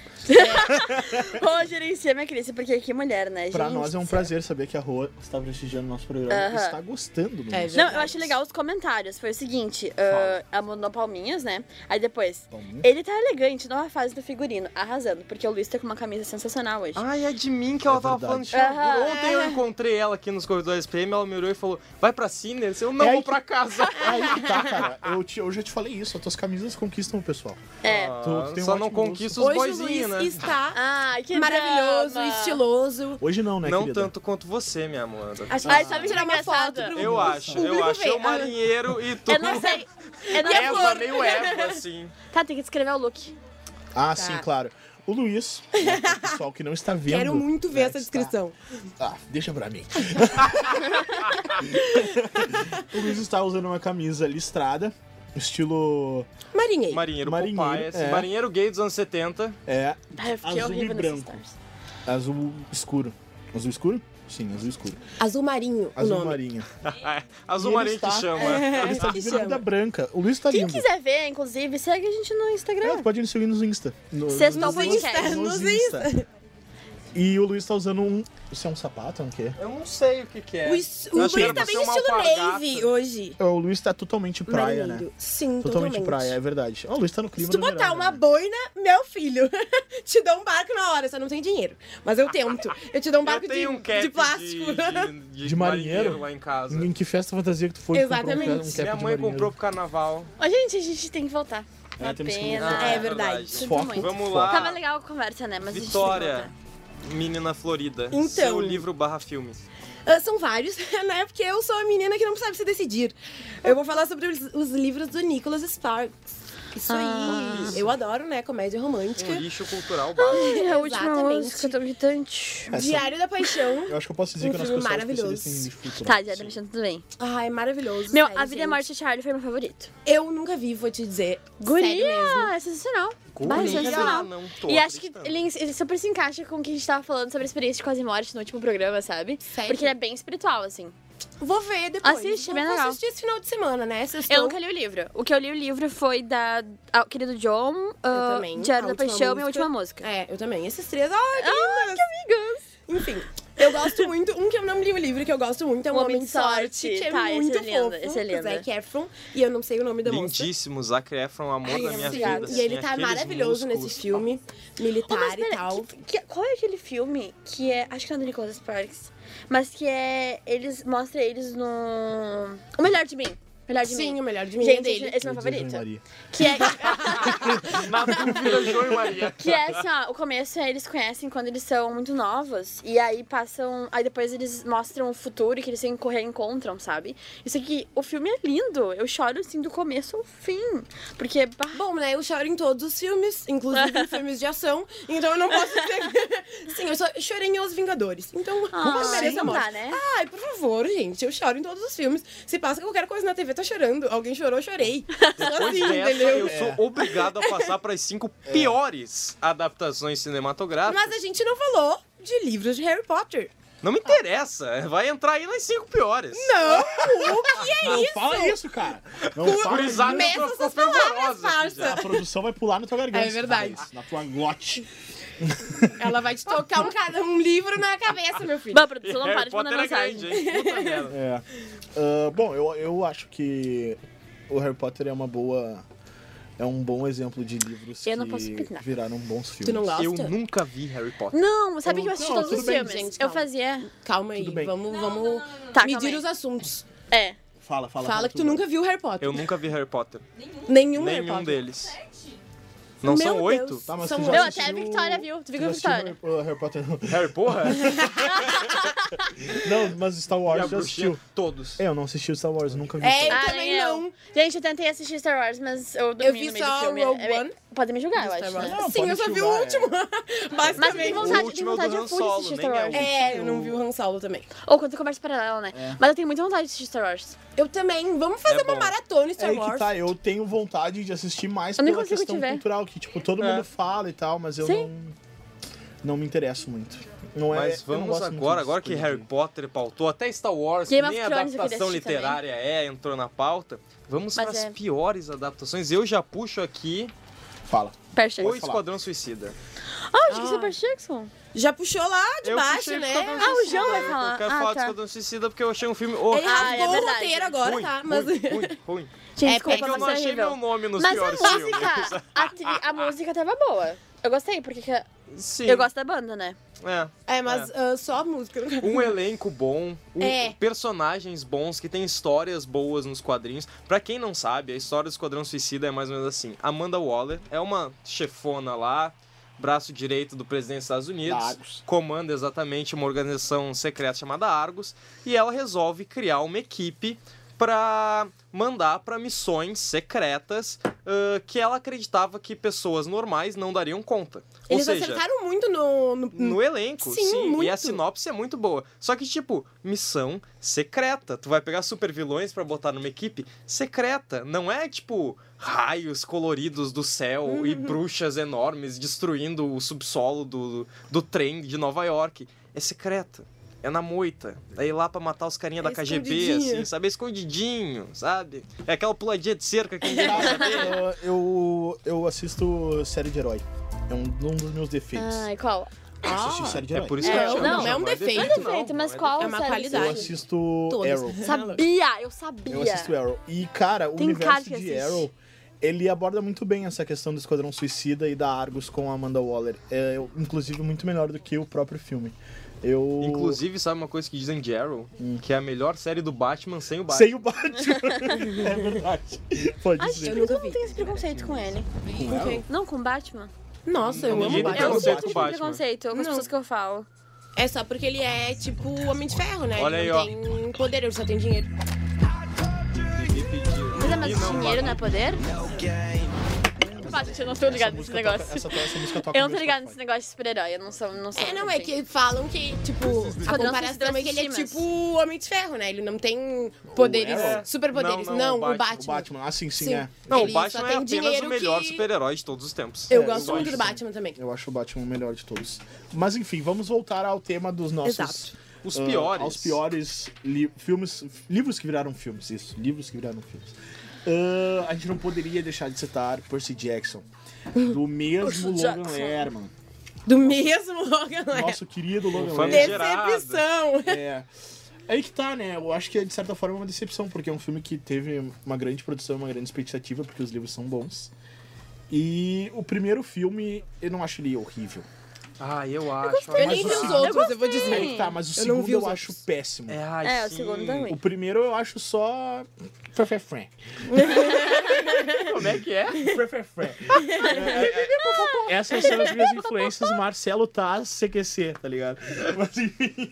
Ô, gerencia minha crise, porque que mulher, né, gente?
Pra nós é um prazer saber que a Rô está prestigiando o nosso programa e
Aham.
está gostando do
É,
nosso
Não, eu
Verdade.
achei legal os comentários. Foi o seguinte, ah, a mandou palminhas, né? Aí depois,
programa.
ele tá elegante, nova fase do figurino, arrasando, porque o Luiz tá com uma camisa sensacional hoje.
Ai, é de mim que ela
É
tava
verdade.
falando de figura.
Aham.
Ontem eu encontrei ela aqui nos corredores da SPM, ela me olhou e falou, vai pra Sinners? Eu não
É aí
vou
que-
pra casa.
Aí que tá, cara. Eu, te- eu já te falei isso. As tuas camisas conquistam o pessoal.
É.
Ah,
Tu tem um
só não
ótimo
conquista os
Hoje o Luiz
boizinhos, né?
está
Ai, Ah, que
maravilhoso,
drama.
estiloso.
Hoje não, né,
Não
querida?
tanto quanto você, minha Amanda.
Acho que
Ai,
vamos
sabe o que é
tirar uma
engraçado?
foto pro
Eu acho, eu acho.
ver.
Eu marinheiro e tu...
Eu não sei. É na
Eva,
flor.
meio Eva, assim.
Tá, tem que descrever o look.
Ah, sim, claro. O Luiz, né, o pessoal que não está vendo.
Tá. Quero muito ver
né,
essa
está-
descrição.
Ah, deixa pra mim. o Luiz está usando uma camisa listrada, estilo.
Marinhei.
Marinheiro,
Marinheiro,
Popeye, assim.
é.
Marinheiro gay dos anos 70.
É,
Ah, eu fiquei
Azul
horrível
e
nesses
branco.
stories.
azul escuro. Azul escuro? Sim, azul escuro.
Azul marinho, o
Azul
nome.
marinho.
Azul
E ele
Marinho
está- É,
que chama.
Ele está
que
vivendo a vida
chama.
branca. O Luiz está
Quem
lindo.
quiser ver, inclusive, segue a gente no
É,
Instagram.
tu pode nos seguir nos Insta. No,
Sextou
nos-
Hum. podcast.
nos
Nos
Insta. E o Luiz tá usando um. Isso é um sapato? É um quê?
Eu não sei o que, que é.
O, is- o
Eu acho que
Luiz
era pra
tá bem
ser uma
estilo
alpargata.
Navy hoje.
O Luiz tá totalmente praia, né?
Marinheiro. Sim,
Totalmente, praia, é verdade. Ó, o Luiz tá no clima
Se tu
do
botar
verão,
uma
né?
boina, meu filho, te dou um barco na hora, só não tem dinheiro. Mas eu tento. Eu te dou um barco
Eu tenho
de,
um cap
de plástico.
De, de-
De marinheiro?
lá em casa.
Em que festa fantasia que tu foi? que comprou um ca-
Exatamente.
Um cap
Minha
de
mãe
marinheiro?
comprou pro carnaval.
Ó, gente, a gente tem que voltar.
É,
Uma
temos que Ah,
pena.
voltar.
É
É,
verdade.
sinto
Foco.
muito.
Vamos lá.
Tava legal a conversa, né? Mas a gente tem que
Vitória,
voltar.
menina Florida.
Então.
Seu livro barra filme.
Ah, São vários, né? Porque eu sou a menina que não sabe se decidir. Eu vou falar sobre os, os livros do Nicholas Sparks. Isso aí. Eu adoro, né? Comédia romântica.
Um lixo cultural básico.
Ah. É a última
Exatamente.
música tão irritante.
Essa-
Diário da Paixão.
Eu acho que eu posso dizer
Um
que eu
filme
nasci
maravilhoso.
Tá, já deixando tudo bem.
Ai, maravilhoso.
Meu,
sério,
A Vida e
gente.
a Morte de Charlie foi meu favorito.
Eu nunca vi, vou te dizer. Sério mesmo.
Guria! É sensacional. Vai, é
Guria,
sensacional.
não tô
E acho que
acreditando.
ele, ele super se encaixa com o que a gente tava falando sobre a experiência de quase morte no último programa, sabe?
Sério?
Porque ele é bem espiritual, assim.
Vou ver depois.
Assiste, é
vou,
bem
vou
legal.
assistir esse final de semana, né? Sextou.
Eu nunca li o livro. O que eu li o livro foi da ah, Querido John, ah,
também.
Diário
A
da
última
Paixão e a
música.
última música.
É, eu também. Esses três. Ai, que lindas. Enfim, eu gosto muito. Um que eu não li o livro, que eu gosto muito, é um Homem de Sorte, que é
Tá, esse é
muito
lindo,
fofo.
esse é lindo.
Zac Efron. E eu não sei o nome da moça.
Lindíssimo, Zac Efron, amor
Ai,
da minha
obrigada.
vida.
E ele
assim,
tá
aqueles
maravilhoso
músculos.
nesse filme, militar
Ô, mas pera,
e tal.
que- que- qual é aquele filme que é. Acho que é do Nicholas Sparks. Mas que é. Eles mostram eles no. O melhor de mim. O melhor de
Sim,
mim.
o melhor de mim é
Gente,
dele.
esse é o meu
Desejo,
favorito.
né? Maria.
Que é,
Na dúvida, João e Maria.
que é assim, ó, o começo é eles conhecem quando eles são muito novos. E aí passam. Aí depois eles mostram o futuro que eles têm que correr e encontram, sabe? Isso aqui, o filme é lindo. Eu choro assim do começo ao fim. Porque. bah,
Bom, né, eu choro em todos os filmes, inclusive em filmes de ação, então eu não posso dizer que... Sim, eu só chorei em Os Vingadores, então
ah,
eu mereço a
não
morte.
dá, né?
Ai, por favor, gente, eu choro em todos os filmes. Se passa qualquer coisa na TV, eu tô chorando. Alguém chorou, eu chorei. Só
Depois
assim,
é,
dessa,
entendeu?
eu
É.
sou obrigado a passar para as cinco piores adaptações cinematográficas.
Mas a gente não falou de livros de Harry Potter.
Não me interessa, vai entrar aí nas cinco piores.
Não, é
Não fala isso, cara. Não fala isso.
Curizada
Começa
ficou
essas palavras,
fervorosa aqui já.
A produção vai pular na tua garganta.
É verdade.
cara, isso, Na tua glote.
ela vai te tocar um, cada- um livro na cabeça, meu filho.
Bah, produção, não para
Harry
de mandar
Potter é
mensagem.
grande, hein? Puta merda.
É. Ah, bom, eu, eu acho que o Harry Potter é uma boa. É um bom exemplo de livros
Eu
que
não posso opinar.
viraram bons filmes.
Tu não gosta?
Eu nunca vi Harry Potter.
Não, sabe que eu assisti
Não,
todos
tudo
os
bem,
filmes.
gente,
eu
calma.
fazia.
Calma aí,
Tudo bem.
vamos, vamos
Tá,
medir
calma aí.
os assuntos.
É.
Fala, fala.
Fala que tu
tudo.
nunca viu Harry Potter.
Eu nunca vi Harry Potter.
Nenhum, Harry
Nenhum
Potter.
deles. Não
Meu
são
Deus.
oito?
Tá, mas
São
tu
Eu
já
Eu
assistiu...
até a Victoria viu. Tu
tu
viu
já
a
assistiu
Victoria?
Harry- Harry Potter não.
Harry Porra?
Não, mas Star
E a
Wars já
bruxinha?
assistiu.
Todos.
É, eu não assisti o Star Wars, nunca vi. Star
É, eu
Wars.
Ah,
também
nem eu.
não.
Gente, eu tentei assistir Star Wars, mas eu dormi
Eu vi
no meio do
só o
filme.
Rogue
É, é,
One
Podem me julgar, eu
Star
acho.
Wars.
né?
Não,
Sim,
pode
eu só vi o
julgar, é.
último.
Mas eu
Basicamente.
tenho
O
vontade,
último é o do
tenho vontade
Han
de full de
Solo,
assistir
nem
Star
é o
Wars.
É, eu não vi o Han Solo também.
Ou quando conversa paralela, né? Mas eu tenho muita vontade de assistir Star Wars.
Eu também. Vamos fazer
É
uma
bom.
maratona
É
Star
aí
Wars.
que tá, eu tenho vontade de assistir mais
Eu nem
pela
consigo
questão
te ver.
cultural, que tipo, todo
É.
mundo fala e tal, mas eu
Sim.
não, não me interesso muito. Não é,
Mas
eu não
vamos
gosto muito
agora,
disso,
agora que
coisa
Harry
de-
Potter pautou, até Star Wars,
Game
nem
of
a
Thrones eu queria
adaptação
assistir
literária é, entrou na pauta. Vamos
Mas
para as
é.
piores adaptações. Eu já puxo aqui
Fala.
Perchance.
o
Ah,
Esquadrão Suicida.
acho que isso é Percy Jackson.
Ah. Já puxou lá de
eu
baixo,
puxei
né?
Esquadrão
Ah, o
Suicida,
João vai
eu
falar.
quero
Ah,
falar do
tá.
Esquadrão Suicida porque eu achei um filme horrível.
Ele
Ah, é
rasgou o
verdade.
roteiro agora,
ruim,
tá? Mas...
ruim, ruim, ruim.
Gente,
É,
desculpa,
Percy
Eu
mas
não
é
achei meu
horrível.
nome nos
Mas
piores
a
filmes.
música, a, tri- a música tava boa. Eu gostei, porque que-
Sim.
eu gosto da banda, né?
É.
É, mas ah, só a música.
um elenco bom, um-
É.
personagens bons que tem histórias boas nos quadrinhos. Pra quem não sabe, a história do Esquadrão Suicida é mais ou menos assim: Amanda Waller é uma chefona lá, braço direito do presidente dos Estados Unidos,
Da Argos.
comanda exatamente uma organização secreta chamada Argos, e ela resolve criar uma equipe para mandar para missões secretas ah, que ela acreditava que pessoas normais não dariam conta.
Eles
Ou seja,
acertaram muito no. no-
no elenco,
Hum. Sim,
sim, e a
muito.
sinopse é muito boa. Só que, tipo, missão secreta. Tu vai pegar super vilões pra botar numa equipe secreta. Não é, tipo, raios coloridos do céu e
Uhum.
bruxas enormes destruindo o subsolo do, do trem de Nova York. É secreta. É na moita. Daí lá pra matar os carinha
É
da KGB,
escondidinho.
assim, sabe? É escondidinho, sabe? É aquela puladinha de cerca que ninguém quer saber.
Cara, eu, eu assisto série de herói. É um, um dos meus defeitos.
Ai, qual?
Eu
Ah.
assisto série de
É
herói.
por isso
É,
que eu chamo.
não,
é um defeito.
Não é defeito, mas qual
É uma
série
qualidade.
Eu
você assiste?
assisto
Todas.
Arrow.
Sabia, eu sabia.
Eu assisto Arrow. E, cara, o
Tem cara
universo
que
de
assiste.
Arrow, ele aborda muito bem essa questão do Esquadrão Suicida e da Argos com a Amanda Waller. É, eu- inclusive, muito melhor do que o próprio filme. Eu...
Inclusive, sabe uma coisa que dizem de Arrow? Que é a melhor série do Batman sem o Batman.
Hum. Sem o Batman. é verdade. Pode
Ai,
ser.
gente, por que eu não tenho esse preconceito com ele?
Com quem?
Não, com Batman.
Nossa, eu amo
Ninguém tem
o Batman.
Eu
preconceito
sinto
com
de
Batman.
preconceito com as
Não.
pessoas que eu falo.
É só porque ele é tipo o Homem de Ferro, né?
Olha
ele
aí, ó.
não tem poder, ele só tem dinheiro.
Mas é, mas dinheiro não é poder? Pá, Ah, gente, eu não tô ligado nesse
música
negócio.
toca- essa, essa música toca
Eu não
no
tô
meu
ligado nesse
Spotify.
negócio de super-herói, eu não sou, não sou. assim.
É, não, é que falam que, tipo, a
Esquadrão
comparação é que ele é
Suicida,
tipo o Homem de Ferro, né? Ele não tem poderes,
Arrow?
superpoderes.
é. Não,
Não,
não, o
o Batman.
O Batman, ah, sim, sim,
Sim.
é.
Não,
Ele
o
só
Batman é
tem
apenas o
dinheiro
melhor
que-
super-herói de todos os tempos.
Eu
É,
gosto
eu
muito
gosto
do Batman também.
Eu acho o Batman o melhor de todos. Mas enfim, vamos voltar ao tema dos nossos.
Exato.
Os
ah,
piores.
aos piores li- filmes. Livros que viraram filmes, isso. Livros que viraram filmes. Ah, a gente não poderia deixar de citar Percy Jackson. Do mesmo Logan
Jackson.
Lerman.
Do mesmo Logan Lerman.
Nosso querido Logan
fã
Lerman.
de-
Decepção.
É. Aí que tá, né? Eu acho que é, de certa forma é uma decepção, porque é um filme que teve uma grande produção, uma grande expectativa, porque os livros são bons. E o primeiro filme, eu não acho ele horrível.
Ah, eu acho.
Eu
Mas
nem
o
vi os
segundo-
outros, eu vou
Aí
dizer.
que tá, mas o
Eu não
segundo
vi
eu
os
acho
outros.
péssimo.
É, ai,
É, o
sim.
segundo é ruim.
O primeiro eu acho só. Fé, fé, fé.
Como é que é?
Fé, fé, fé. Essas são as minhas influências, Marcelo Taz, CQC, tá ligado? Mas enfim,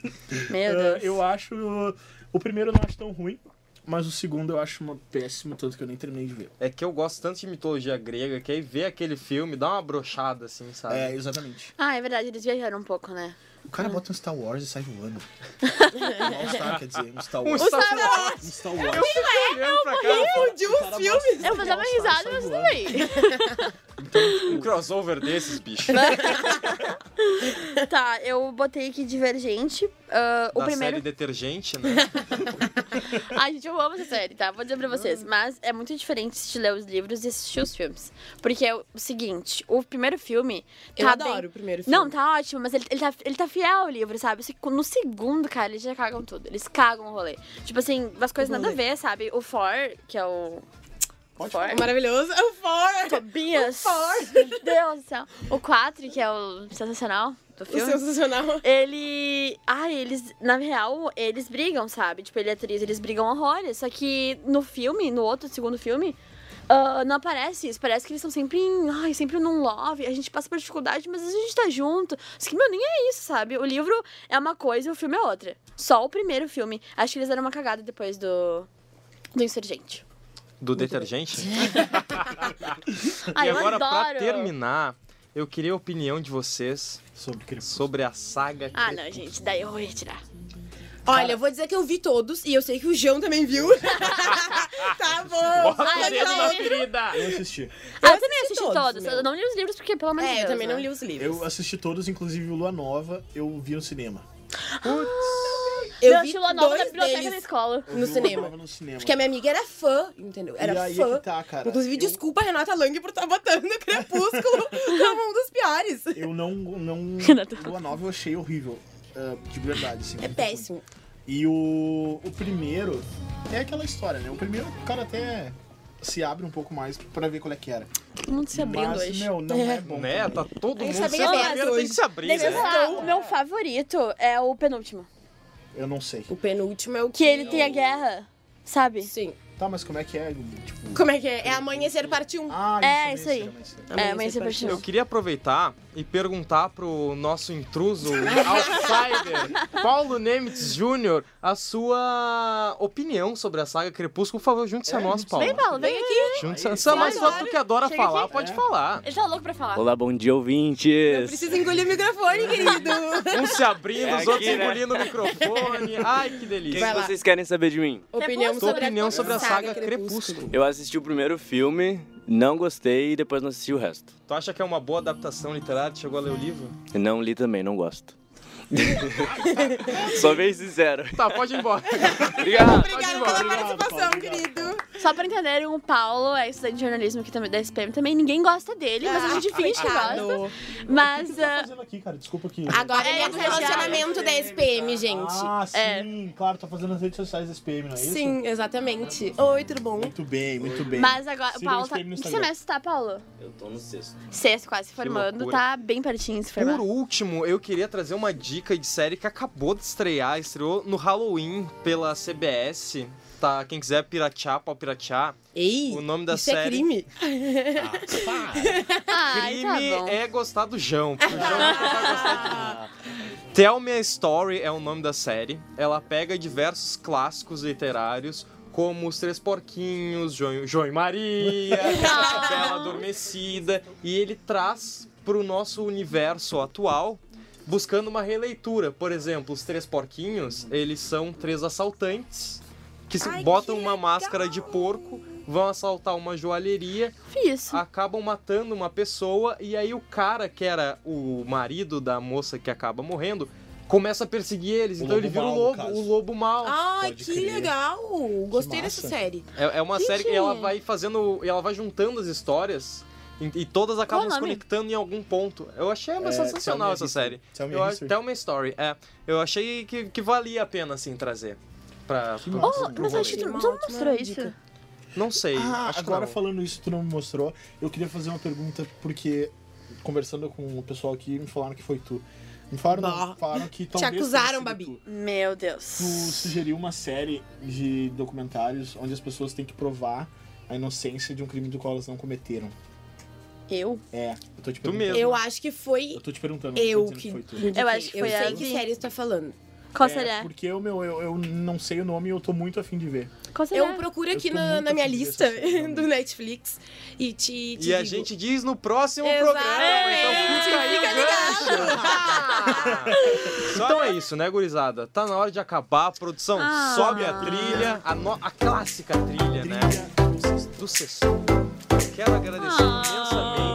Meu
eh,
Deus.
eu acho. O primeiro eu não acho tão ruim, mas o segundo eu acho uma péssima, tanto que eu nem terminei de ver.
É que eu gosto tanto de mitologia grega que aí ver aquele filme dá uma brochada, assim, sabe?
É, exatamente.
Ah, é verdade, eles viajaram um pouco, né?
O cara bota um Star Wars e sai voando. All Star, quer dizer, um Star
Um
Wars.
Star Wars.
Um Star Wars.
Eu fico olhando pra cara.
Confundiu os filmes.
Eu vou dar uma
Nossa,
risada,
sai
mas
voando.
também.
Então, tipo,
Um crossover desses, bicho.
Tá, eu botei aqui Divergente. ah, o
da
primeiro.
série Detergente, né?
né?
Ai, gente, eu amo essa série, tá? Vou dizer pra vocês. Mas é muito diferente de ler os livros e assistir os filmes. Porque é o seguinte: o primeiro filme.
Eu
tá bem-
adoro o primeiro filme.
Não, tá ótimo, mas ele, ele, tá, ele tá fiel ao livro, sabe? Se- No segundo, cara, eles já cagam tudo. Eles cagam o rolê. Tipo assim, as coisas nada a ver, sabe? O For, que é o.
Pode
For.
Maravilhoso. É O Ford.
Tobias. Meu Deus do céu. O 4, que é o sensacional do
O
filme.
sensacional.
Ele. Ah, eles. Na real, eles brigam, sabe? Tipo, ele e a atriz, eles brigam horrores. Só que no filme, no outro, segundo filme. ah, não aparece isso, parece que eles estão sempre em. Ai, sempre num love. A gente passa por dificuldade, mas a gente tá junto. Só que, meu, nem é isso, sabe? O livro é uma coisa e o filme é outra. Só o primeiro filme. Acho que eles deram uma cagada depois do. Do Insurgente.
Do Detergente?
Ai,
e
eu
agora, pra
adoro.
terminar, eu queria a opinião de vocês
Sobre Crepúsculo.
sobre a saga
Ah, não, gente, daí eu vou retirar.
Olha, eu vou dizer que eu vi todos e eu sei que o João também viu. tá bom.
Ah, eu, também-
querida!
Eu assisti.
Ah, eu também assisti
todos,
todos.
meu.
Eu não li os livros porque, pelo amor de
É,
Deus.
eu também
né?
não li os livros.
Eu assisti todos, inclusive o Lua Nova, eu vi no cinema.
Eu
Eu, vi
assisti Lua Nova na
dois
biblioteca da
deles,
escola.
Eu vi
No
o Lua
cinema.
Nova No cinema.
porque a minha amiga era fã, entendeu? Era
e aí
fã.
É que tá, cara.
Inclusive,
eu,
desculpa a Renata Lang por estar botando Crepúsculo como um dos piores.
Eu não. não
Renata.
Lua Nova eu achei horrível. ah, de verdade, assim.
É
muito
péssimo.
ruim. E o, o primeiro. É aquela história, né? O primeiro, o cara até se abre um pouco mais pra ver qual é que era.
Todo mundo
Tá
se abrindo
Mas,
hoje.
meu, não é, bom.
Né? Tá
também.
todo
Ele
mundo.
tá bem
é
Sexta-feira
aberto
tem
hoje.
que se abrir.
Deixa eu
né?
falar, o meu favorito é o penúltimo.
Eu não sei.
O penúltimo é o
Que ele tem a guerra, sabe?
Sim.
Tá, mas como é que é? Tipo,
Como é que é? É amanhecer parte 1.
Ah,
É,
é
isso aí.
isso aí.
É, amanhecer parte
Eu queria aproveitar e perguntar pro nosso intruso, o outsider, Paulo Nemitz Jr., a sua opinião sobre a saga Crepúsculo. Por favor, junte-se
É,
a nós, Paulo.
Vem, Paulo, vem aqui.
Junte-se a nós. Mas só tu que adora
Chega
falar,
aqui.
pode
É.
falar.
Ele tá louco pra falar.
Olá, bom dia, ouvintes.
Precisa engolir o microfone, querido.
Um se abrindo,
É
os outros
aqui, né?
engolindo o microfone. Ai, que
O que
delícia.
Vai lá.
vocês querem saber de mim?
opinião
Sua
sobre,
opinião sobre a saga Crepúsculo.
Eu assisti o primeiro filme, não gostei e depois não assisti o resto.
Tu acha que é uma boa adaptação literária? Tu chegou a ler o livro?
Não li também, não gosto. Sou bem sincero.
Tá, pode ir embora.
Obrigado.
Obrigada
Pode ir
pela
embora.
participação,
Paulo, obrigado,
querido.
Só pra entenderem, o Paulo é estudante de jornalismo aqui também da SPM também. Ninguém gosta dele,
é
mas
Ah,
Ah,
a gente finge que
Coitado.
gosta. Mas.
O que você tá
ah,
fazendo aqui, cara? Desculpa que...
Agora ele é do
É, estagiário.
relacionamento da SPM, gente.
Ah, sim,
É.
claro, tá fazendo as redes sociais da SPM, não é isso?
Sim, exatamente. Oi, tudo bom?
Muito bem, muito bem.
mas agora,
Siga
Paulo
o
tá.
SPM no
Que
Instagram.
semestre tá, Paulo?
Eu tô no sexto.
Sexto, quase se formando.
loucura.
Tá bem pertinho de se formar.
Por último, eu queria trazer uma dica de série que acabou de estrear, estreou no Halloween pela CBS. Tá, quem quiser piratear, pode piratear.
Ei,
O nome da
isso é
série.
crime.
Ah,
Ai, tá
Crime
bom.
é gostar do João. porque O João não vai gostar de mim. Tell Me a Story é o nome da série. Ela pega diversos clássicos literários, como Os Três Porquinhos, João, João e Maria, A Bela Adormecida, e ele traz pro nosso universo atual buscando uma releitura. Por exemplo, Os Três Porquinhos, eles são três assaltantes que se
Ai,
botam
que
uma máscara de porco, vão assaltar uma joalheria
Isso.
acabam matando uma pessoa e aí o cara que era o marido da moça que acaba morrendo começa a perseguir eles.
O
então ele
lobo
vira o
mau,
lobo,
no caso.
o lobo mal.
Ai,
Pode
que
crer.
legal. Gostei dessa
massa.
série.
É, é uma
Gente.
série que ela vai fazendo, ela vai juntando as histórias e, e todas acabam
o
se
nome?
conectando em algum ponto. Eu achei
É,
sensacional
Tell Me a
essa
History.
série.
Tell Me a
Eu, acho-
History.
Tell Me a Story. É, eu achei que, que valia a pena assim trazer. Pra,
Que
pro-
massa.
Oh,
pro
mas
rolê.
acho que tu,
Uma
tu não
ótima
mostrou isso.
dica.
Não sei.
Ah,
acho que
agora
não.
falando isso, tu não me mostrou. Eu queria fazer uma pergunta, porque conversando com o pessoal aqui, me falaram que foi tu. Me falaram,
Bah.
falaram que talvez. tenha
acusaram,
sido
Babi.
Tu.
Meu
tu
Deus.
sugeriu uma série de documentários onde as pessoas têm que provar a inocência de um crime do qual elas não cometeram.
Eu?
É, eu tô te
Tu
perguntando.
mesmo.
Eu acho que foi
Eu tô te perguntando. não
eu
tô dizendo
que.
Foi tu.
indiquei.
Eu acho que foi
Eu sei
a
que
Adri.
série você tá falando.
Qual será?
É, porque eu, meu, eu, eu não sei o nome e eu tô muito afim de ver.
Qual será?
Eu procuro
Eu
aqui
tô
na,
muito
na minha
afim de
lista
assistir também.
do Netflix e te, te
E a
digo.
gente diz no próximo
Exatamente.
programa. Então fica aí
Fica
o gancho. então é isso, né, gurizada? Tá na hora de acabar a produção.
Ah.
Sobe a trilha, a, no- a clássica trilha, né? Do Sessão. Quero agradecer
Ah,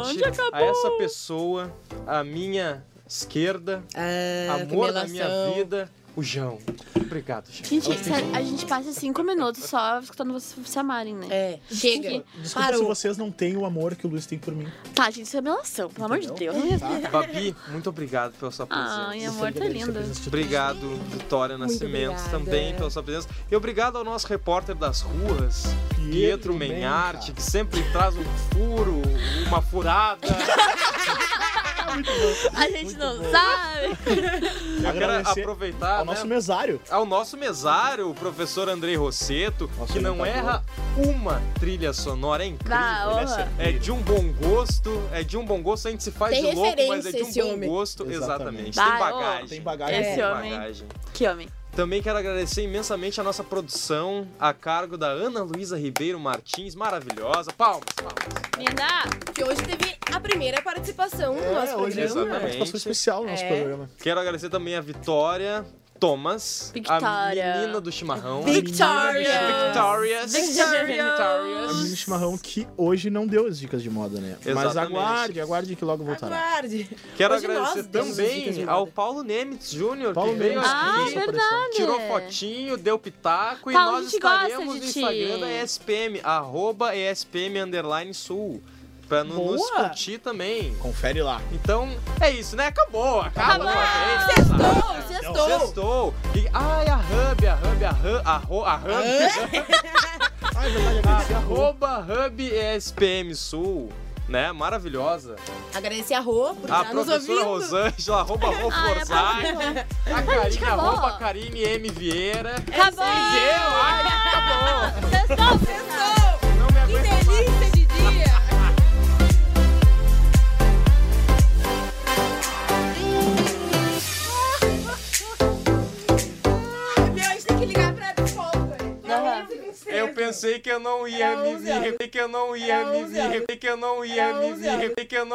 onde
imensamente a essa pessoa, a minha esquerda,
Ah,
amor da minha
comelação.
vida, o João. Obrigado, João.
Gente, sério, a gente passa cinco minutos só escutando vocês se amarem, né?
É, chega.
Desculpa se vocês não têm o amor que o Luiz tem por mim.
Tá, gente, isso é relação, pelo amor de Deus.
Tá, Babi, muito obrigado pela sua presença.
Ai, amor, tá lindo.
Obrigado, Vitória Nascimento,
obrigada.
também pela sua presença. E obrigado ao nosso repórter das ruas, Pietro,
Pietro
Menharte,
Menharte.
que sempre traz um furo, uma furada.
A gente não sabe.
Eu quero
Agradecer
aproveitar
Ao
né,
nosso mesário.
ao nosso mesário, o professor Andrei Rosseto,
Nosso
que não
orientador.
erra uma trilha sonora, é incrível.
Bah,
tá Ele é
honra.
certeiro.
É de um bom gosto, é de um bom gosto, a gente se faz
Tem
de louco, mas é de
referência
um
esse
bom
homem.
gosto, exatamente.
Exatamente.
Tem
Bah, ô,
bagagem.
Tem bagagem.
Esse
boa.
homem.
bagagem.
Que homem.
Também quero agradecer imensamente a nossa produção, a cargo da Ana Luísa Ribeiro Martins, maravilhosa. Palmas, palmas.
Linda!
Que hoje teve a primeira participação do nosso
hoje é uma
programa.
exatamente.
participação especial no nosso
É.
programa.
Quero agradecer também a Vitória Thomas,
Victoria.
a menina do chimarrão.
Victoria!
Victorious.
Victorious.
A menina chimarrão que hoje não deu as dicas de moda, né? Mas
Exatamente.
aguarde, aguarde que logo voltará.
Aguarde.
Quero
Hoje
agradecer
nós demos as dicas de
também ao
moda.
Paulo Nemitz Júnior, que
Paulo
veio
Mendes,
Ah,
aqui,
nossa aparição.
tirou
Olha.
fotinho, deu pitaco e
Paulo, a
nós
gente gosta
estaremos
de
no
ti.
Instagram da ESPM, arroba ESPM underline sul, pra no- nos
Boa.
curtir também.
Confere lá.
Então, é isso, né? Acabou, acabou.
Sextou,
Acabou.
sextou.
Ah, Sextou. E, ai, a Hub, a Hub, a Hub, a, ro, a Hub, Ah,
Ai, verdade, agradecer a roupa.
arroba Hub ESPM Sul. né? Maravilhosa.
Agradecer a Rô por
A
estar Tá nos
Ah, professora
ouvindo. Ah,
Rosângela, arroba Rô
Ai, é
Forsyth, a Karine,
acabou.
arroba Karine M. Vieira.
Acabou!
E eu, ai, acabou.
Pessoal,
Não me
Que
aguento mais.
delícia de dia! Meu, a gente tem que ligar pra Default,
Eu pensei que eu não ia
Era
me
11 horas.
vir, que eu não ia
Era
me
11 horas.
vir, que eu não ia
Era
me
11 horas.
vir, que eu não